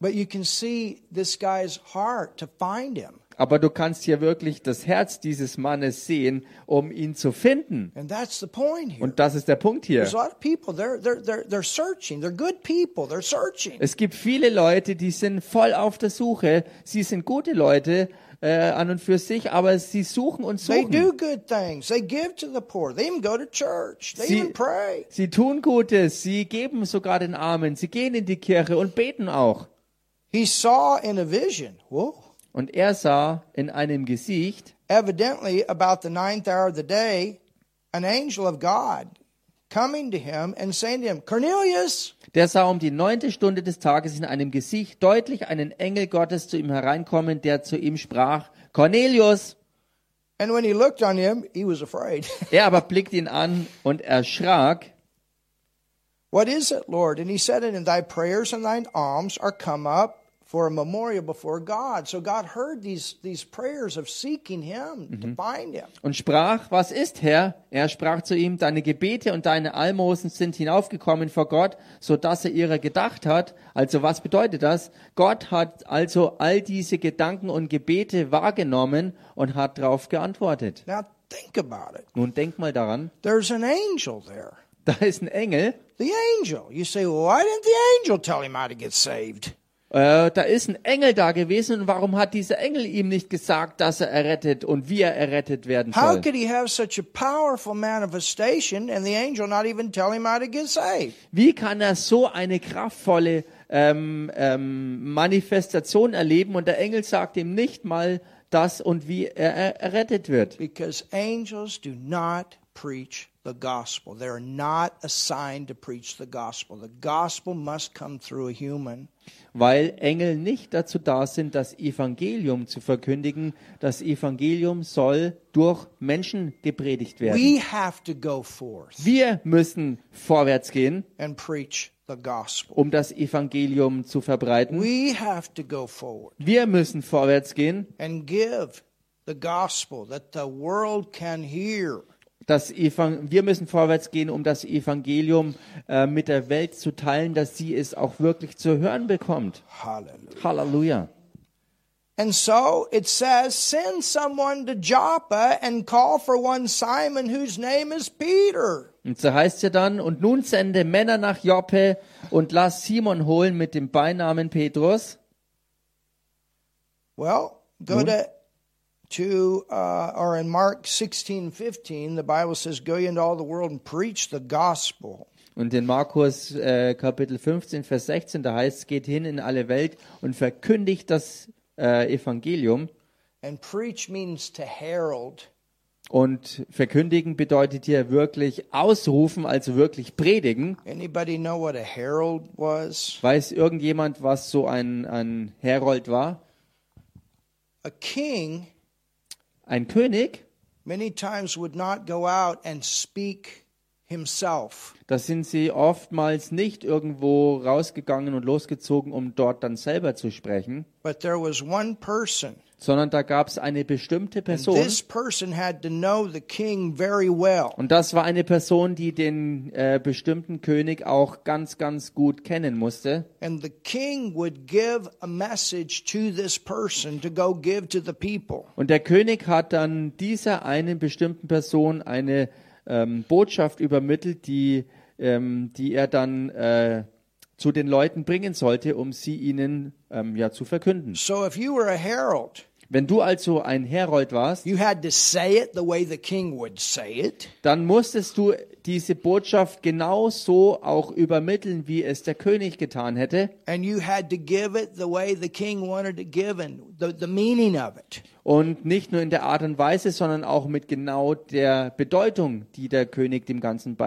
Speaker 1: But you can see this guy's heart to find him.
Speaker 2: Aber du kannst hier wirklich das Herz dieses Mannes sehen, um ihn zu finden.
Speaker 1: And that's the point here.
Speaker 2: Und das ist der Punkt hier.
Speaker 1: There's a lot of people, they're, they're, they're, they're searching. They're good people, they're searching.
Speaker 2: Es gibt viele Leute, die sind voll auf der Suche. Sie sind gute Leute äh, an und für sich, aber sie suchen und
Speaker 1: They
Speaker 2: suchen.
Speaker 1: do good things. They give to the poor. They even go to church. They
Speaker 2: Sie-
Speaker 1: even pray.
Speaker 2: Sie tun Gutes, sie geben sogar den Armen, sie gehen in die Kirche und beten auch.
Speaker 1: He saw in a vision, whoa,
Speaker 2: Und er sah in einem Gesicht,
Speaker 1: evidently about the ninth hour of the day, an angel of God coming to him and saying to him, Cornelius.
Speaker 2: der sah um die neunte Stunde des Tages in einem Gesicht deutlich einen Engel Gottes zu ihm hereinkommen, der zu ihm sprach, Cornelius.
Speaker 1: And when he looked on him, he was afraid. [laughs]
Speaker 2: Er aber blickte ihn an und erschrak.
Speaker 1: What is it, Lord? And he said unto him, Thy prayers and thine alms are come up for a memorial before God. So God heard these, these prayers of seeking him to find him.
Speaker 2: und sprach, was ist, Herr? Er sprach zu ihm, deine Gebete und deine Almosen sind hinaufgekommen vor Gott, so dass er ihrer gedacht hat. Also was bedeutet das? Gott hat also all diese Gedanken und Gebete wahrgenommen und hat darauf geantwortet.
Speaker 1: Now think about it.
Speaker 2: Nun denk mal daran,
Speaker 1: There's an angel there.
Speaker 2: da ist ein Engel,
Speaker 1: The angel. You say, well, why didn't the angel tell him how to get saved?
Speaker 2: äh, da ist ein Engel da gewesen und warum hat dieser Engel ihm nicht gesagt, dass er errettet und wie er errettet werden
Speaker 1: How
Speaker 2: soll?
Speaker 1: could he have such a powerful manifestation and the angel not even tell him how to get saved?
Speaker 2: Wie kann er so eine kraftvolle ähm, ähm, Manifestation erleben und der Engel sagt ihm nicht mal das und wie er er- errettet wird?
Speaker 1: Because angels do not preach the gospel. They're not assigned to preach the gospel. The gospel must come through a human.
Speaker 2: Weil Engel nicht dazu da sind, das Evangelium zu verkündigen. Das Evangelium soll durch Menschen gepredigt werden.
Speaker 1: We have to go forth
Speaker 2: Wir müssen vorwärts gehen,
Speaker 1: and preach the gospel.
Speaker 2: um das Evangelium zu verbreiten.
Speaker 1: We have to go forward
Speaker 2: Wir müssen vorwärts gehen,
Speaker 1: and give the gospel that the world can hear.
Speaker 2: das Evang wir müssen vorwärts gehen, um das Evangelium äh, mit der Welt zu teilen, dass sie es auch wirklich zu hören bekommt.
Speaker 1: Hallelujah.
Speaker 2: Halleluja.
Speaker 1: And so it says, send someone to Joppa and call for one Simon whose name is Peter.
Speaker 2: Und so heißt ja dann, und nun sende Männer nach Joppe und lass Simon holen mit dem Beinamen Petrus.
Speaker 1: Well, go to to uh, or in Mark sixteen fifteen, the Bible says, "Go ye into all the world and preach the gospel."
Speaker 2: Und in Markus äh, Kapitel 15, Vers 16, da heißt es, geht hin in alle Welt und verkündigt das äh, Evangelium.
Speaker 1: And preach means to herald.
Speaker 2: Und verkündigen bedeutet hier wirklich ausrufen, also wirklich predigen.
Speaker 1: Anybody know what a herald was?
Speaker 2: Weiß irgendjemand, was so ein, ein Herold war?
Speaker 1: A king
Speaker 2: Ein König?
Speaker 1: many times would not go out and speak himself.
Speaker 2: Da sind sie oftmals nicht irgendwo rausgegangen und losgezogen, um dort dann selber zu sprechen,
Speaker 1: But there was one person.
Speaker 2: sondern da gab es eine bestimmte
Speaker 1: And
Speaker 2: Person.
Speaker 1: this person had to know the king very well.
Speaker 2: Und das war eine Person, die den äh, bestimmten König auch ganz, ganz gut kennen musste.
Speaker 1: And the king would give a message to this person to go give to the people.
Speaker 2: Und der König hat dann dieser einen bestimmten Person eine ähm, Botschaft übermittelt, die, ähm, die er dann äh, zu den Leuten bringen sollte, um sie ihnen ähm, ja, zu verkünden.
Speaker 1: So if you were a herald,
Speaker 2: Wenn du also ein Herold warst,
Speaker 1: you had to say it the way the king would say it.
Speaker 2: dann musstest du diese Botschaft genauso auch übermitteln, wie es der König getan hätte.
Speaker 1: And you had to give it the way the king wanted to give and the, the meaning of it.
Speaker 2: Und nicht nur in der Art und Weise, sondern auch mit genau der Bedeutung, die der König dem Ganzen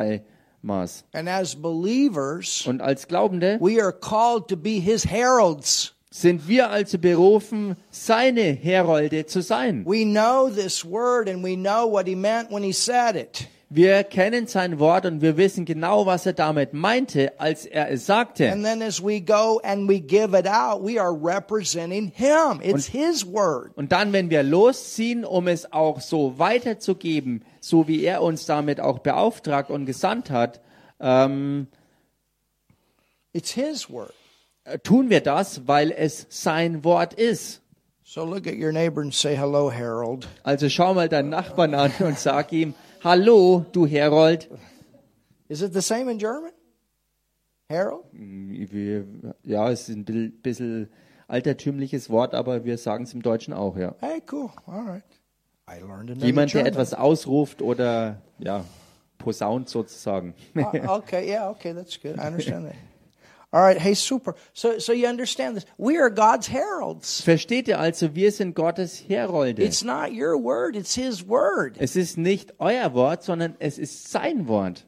Speaker 2: beimaß.
Speaker 1: And as believers,
Speaker 2: Und als Glaubende
Speaker 1: we are called to be his heralds.
Speaker 2: sind wir also berufen, seine Herolde zu sein.
Speaker 1: We know this word and we know what he meant when he said it.
Speaker 2: Wir kennen sein Wort und wir wissen genau, was er damit meinte, als er es sagte.
Speaker 1: And then as we go and we give it out, we are representing him. It's his word.
Speaker 2: Und dann, wenn wir losziehen, um es auch so weiterzugeben, so wie er uns damit auch beauftragt und gesandt hat, ähm,
Speaker 1: It's his word.
Speaker 2: tun wir das, weil es sein Wort ist.
Speaker 1: So look at your neighbor and say, Hello, Harold.
Speaker 2: Also schau mal deinen Nachbarn an und sag ihm, hallo, du Herold.
Speaker 1: Is it the same in German? Harold?
Speaker 2: Wir, ja, es ist ein bi- bisschen altertümliches Wort, aber wir sagen es im Deutschen auch, ja.
Speaker 1: Hey, cool. All right. I learned another
Speaker 2: Jemand, der
Speaker 1: German.
Speaker 2: etwas ausruft oder, ja, posaunt sozusagen.
Speaker 1: Uh, okay, yeah, okay, that's good. I understand that. All right, hey, super. So, so you understand this? We are God's heralds.
Speaker 2: [laughs] Versteht ihr also, wir sind Gottes Herolde.
Speaker 1: It's not your word; it's His word.
Speaker 2: Es ist nicht euer Wort, sondern es ist sein Wort.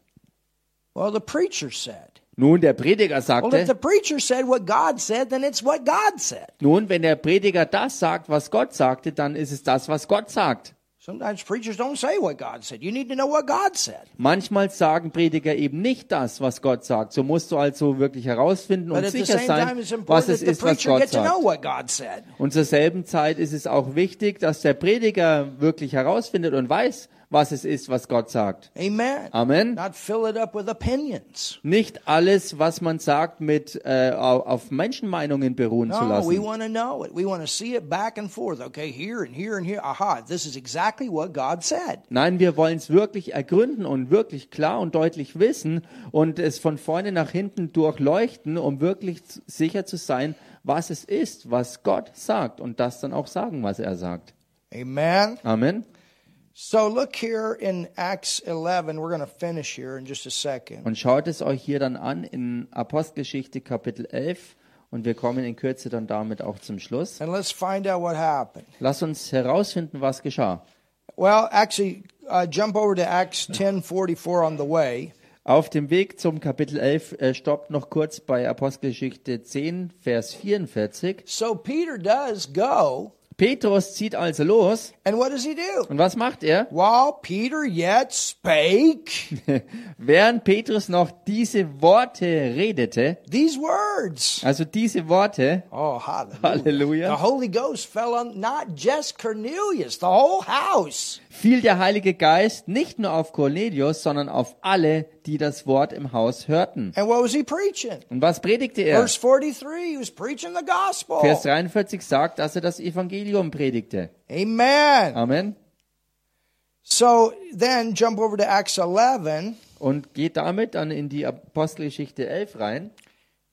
Speaker 1: Well, the preacher said.
Speaker 2: Nun, der Prediger
Speaker 1: Well, if the
Speaker 2: sagte,
Speaker 1: preacher said what God said, then it's what God said.
Speaker 2: nun, wenn der Prediger das sagt, was Gott sagte, dann ist es das, was Gott sagt.
Speaker 1: Sometimes preachers don't say what God said. You need to know what God said.
Speaker 2: Manchmal sagen Prediger eben nicht das, was Gott sagt. So musst du also wirklich herausfinden
Speaker 1: But
Speaker 2: und
Speaker 1: at the
Speaker 2: sicher
Speaker 1: same time,
Speaker 2: sein,
Speaker 1: it's important
Speaker 2: was
Speaker 1: that
Speaker 2: es
Speaker 1: the
Speaker 2: ist, was
Speaker 1: preacher
Speaker 2: Gott
Speaker 1: get to know
Speaker 2: sagt.
Speaker 1: what God said.
Speaker 2: Und zur selben Zeit ist es auch wichtig, dass der Prediger wirklich herausfindet und weiß, was es ist, was Gott sagt.
Speaker 1: Amen.
Speaker 2: Amen.
Speaker 1: Not fill it up with opinions.
Speaker 2: Nicht alles, was man sagt, mit äh, au- auf Menschenmeinungen beruhen zu
Speaker 1: No, we
Speaker 2: lassen.
Speaker 1: want to know it. We want to see it back and forth. Okay, here and here and here. Aha, this is exactly what God said.
Speaker 2: Nein, wir wollen es wirklich ergründen und wirklich klar und deutlich wissen und es von vorne nach hinten durchleuchten, um wirklich z- sicher zu sein, was es ist, was Gott sagt und das dann auch sagen, was er sagt.
Speaker 1: Amen.
Speaker 2: Amen.
Speaker 1: So look here in Acts 11. We're going to finish here in just a second.
Speaker 2: Und schaut es euch hier dann an in Apostelgeschichte Kapitel 11 und wir kommen in Kürze dann damit auch zum Schluss.
Speaker 1: And let's find out what happened.
Speaker 2: Lass uns herausfinden, was geschah.
Speaker 1: Well, actually, uh, jump over to Acts 10:44 on the way.
Speaker 2: Auf dem Weg zum Kapitel 11 äh, stoppt noch kurz bei Apostelgeschichte 10, Vers 44.
Speaker 1: So Peter does go,
Speaker 2: Petrus zieht also los
Speaker 1: and what does he do?
Speaker 2: Und was macht er?
Speaker 1: While Peter yet spake
Speaker 2: [laughs] Während Petrus noch diese Worte redete,
Speaker 1: these words.
Speaker 2: also diese Worte,
Speaker 1: Oh, hallelujah.
Speaker 2: Halleluja.
Speaker 1: The Holy Ghost fell on not just Cornelius, the whole house.
Speaker 2: fiel der Heilige Geist nicht nur auf Cornelius, sondern auf alle, die das Wort im Haus hörten.
Speaker 1: And what was he preaching?
Speaker 2: Und was predigte er?
Speaker 1: Verse 43, he was preaching the gospel.
Speaker 2: Vers 43 sagt, dass er das Evangelium predigte.
Speaker 1: Amen.
Speaker 2: Amen.
Speaker 1: So then jump over to Acts 11
Speaker 2: Und geht damit dann in die Apostelgeschichte 11 rein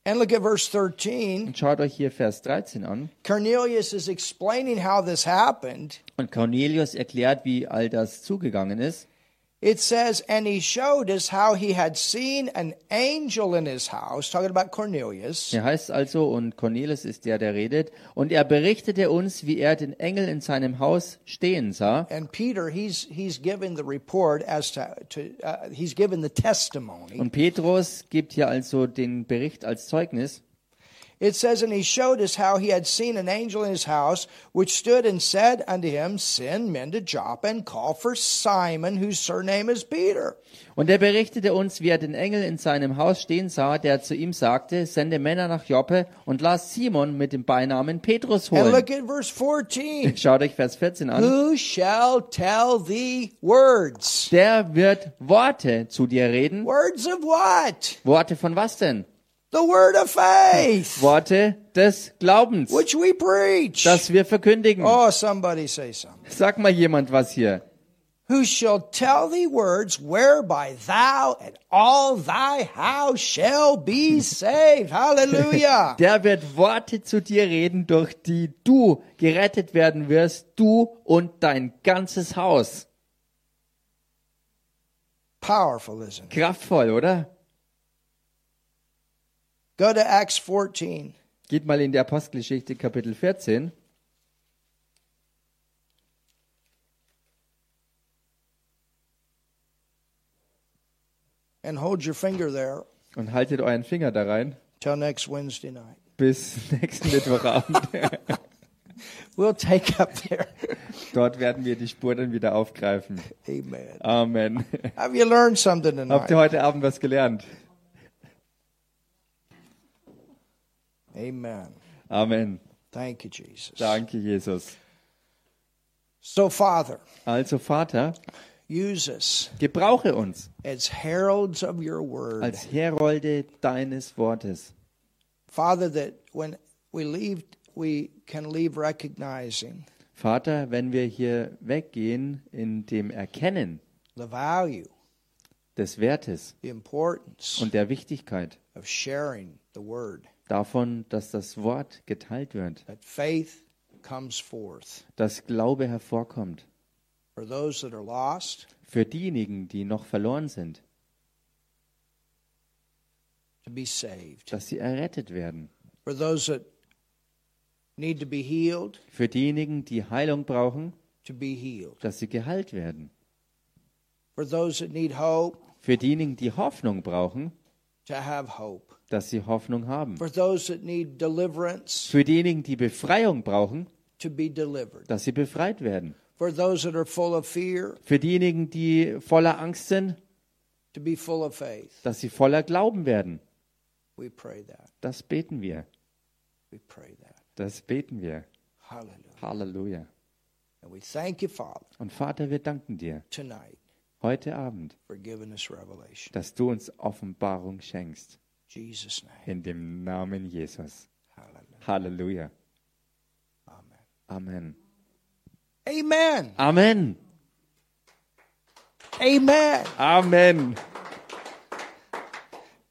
Speaker 1: and look at verse 13.
Speaker 2: und schaut euch hier Vers 13 an.
Speaker 1: Cornelius is explaining how this happened.
Speaker 2: Und Cornelius erklärt, wie all das zugegangen ist.
Speaker 1: It says, and he showed us how he had seen an angel in his house, talking about Cornelius,
Speaker 2: Er heißt also, und Cornelis ist der, der redet, und er berichtete uns, wie er den Engel in seinem Haus stehen sah.
Speaker 1: and Peter, he's he's given the report as to, to uh, he's given the testimony.
Speaker 2: Und Petrus gibt hier also den Bericht als Zeugnis.
Speaker 1: It says, and he showed us how he had seen an angel in his house, which stood and said unto him, Send men to Joppa and call for Simon, whose surname is Peter.
Speaker 2: Und er berichtete uns, wie er den Engel in seinem Haus stehen sah, der zu ihm sagte, sende Männer nach Joppe und lass Simon mit dem Beinamen Petrus
Speaker 1: And
Speaker 2: holen.
Speaker 1: look at verse 14.
Speaker 2: Schaut euch Vers 14 an.
Speaker 1: Who shall tell thee words?
Speaker 2: Der wird Worte zu dir reden.
Speaker 1: Words of what?
Speaker 2: Worte von was denn?
Speaker 1: The word of faith,
Speaker 2: Worte des Glaubens,
Speaker 1: which we preach.
Speaker 2: das wir verkündigen.
Speaker 1: oh, somebody say something.
Speaker 2: Sag mal jemand was hier.
Speaker 1: who shall tell thee words whereby thou and all thy house shall be saved. Hallelujah.
Speaker 2: Der wird Worte zu dir reden, durch die du gerettet werden wirst, du und dein ganzes Haus.
Speaker 1: Powerful, isn't it?
Speaker 2: Kraftvoll, oder?
Speaker 1: Go to Acts 14.
Speaker 2: Geht mal in die Apostelgeschichte Kapitel 14.
Speaker 1: and hold your finger there
Speaker 2: und haltet euren Finger da rein
Speaker 1: till next Wednesday night.
Speaker 2: bis [laughs] nächsten Mittwochabend.
Speaker 1: We'll take up there.
Speaker 2: [laughs] Dort werden wir die Spur dann wieder aufgreifen.
Speaker 1: Amen.
Speaker 2: [laughs] Amen.
Speaker 1: Have you learned something
Speaker 2: Habt ihr
Speaker 1: tonight?
Speaker 2: heute Abend was gelernt?
Speaker 1: Amen.
Speaker 2: Amen.
Speaker 1: Thank you, Jesus.
Speaker 2: Danke, Jesus.
Speaker 1: So, Father,
Speaker 2: Also Vater,
Speaker 1: use us
Speaker 2: gebrauche uns
Speaker 1: as heralds of your word.
Speaker 2: als Herolde deines Wortes.
Speaker 1: Father, that when we leave, we can leave recognizing
Speaker 2: Vater, wenn wir hier weggehen in dem Erkennen
Speaker 1: the value,
Speaker 2: des Wertes
Speaker 1: the importance
Speaker 2: und der Wichtigkeit
Speaker 1: of sharing the word,
Speaker 2: davon, dass das Wort geteilt wird,
Speaker 1: that faith comes forth
Speaker 2: dass Glaube hervorkommt
Speaker 1: for those that are lost
Speaker 2: für diejenigen, die noch verloren sind.
Speaker 1: to be saved,
Speaker 2: dass sie errettet werden.
Speaker 1: for those that need to be healed
Speaker 2: Für diejenigen, die Heilung brauchen,
Speaker 1: to be healed.
Speaker 2: dass sie geheilt werden.
Speaker 1: For those that need hope,
Speaker 2: Für diejenigen, die Hoffnung brauchen,
Speaker 1: to have hope.
Speaker 2: dass sie Hoffnung haben.
Speaker 1: For those that need deliverance,
Speaker 2: Für diejenigen, die Befreiung brauchen,
Speaker 1: to be delivered.
Speaker 2: dass sie befreit werden.
Speaker 1: For those that are full of fear,
Speaker 2: Für diejenigen, die voller Angst sind,
Speaker 1: to be full of faith.
Speaker 2: dass sie voller Glauben werden.
Speaker 1: We pray that.
Speaker 2: Das beten wir.
Speaker 1: We pray that.
Speaker 2: Das beten wir.
Speaker 1: Hallelujah.
Speaker 2: Halleluja.
Speaker 1: And we thank you, Father,
Speaker 2: Und Vater, wir danken dir
Speaker 1: tonight
Speaker 2: heute Abend,
Speaker 1: for giving us revelation.
Speaker 2: dass du uns Offenbarung schenkst.
Speaker 1: In Jesus' name.
Speaker 2: In dem Namen Jesus.
Speaker 1: Hallelujah.
Speaker 2: Halleluja.
Speaker 1: Amen.
Speaker 2: Amen.
Speaker 1: Amen.
Speaker 2: Amen.
Speaker 1: Amen.
Speaker 2: Amen.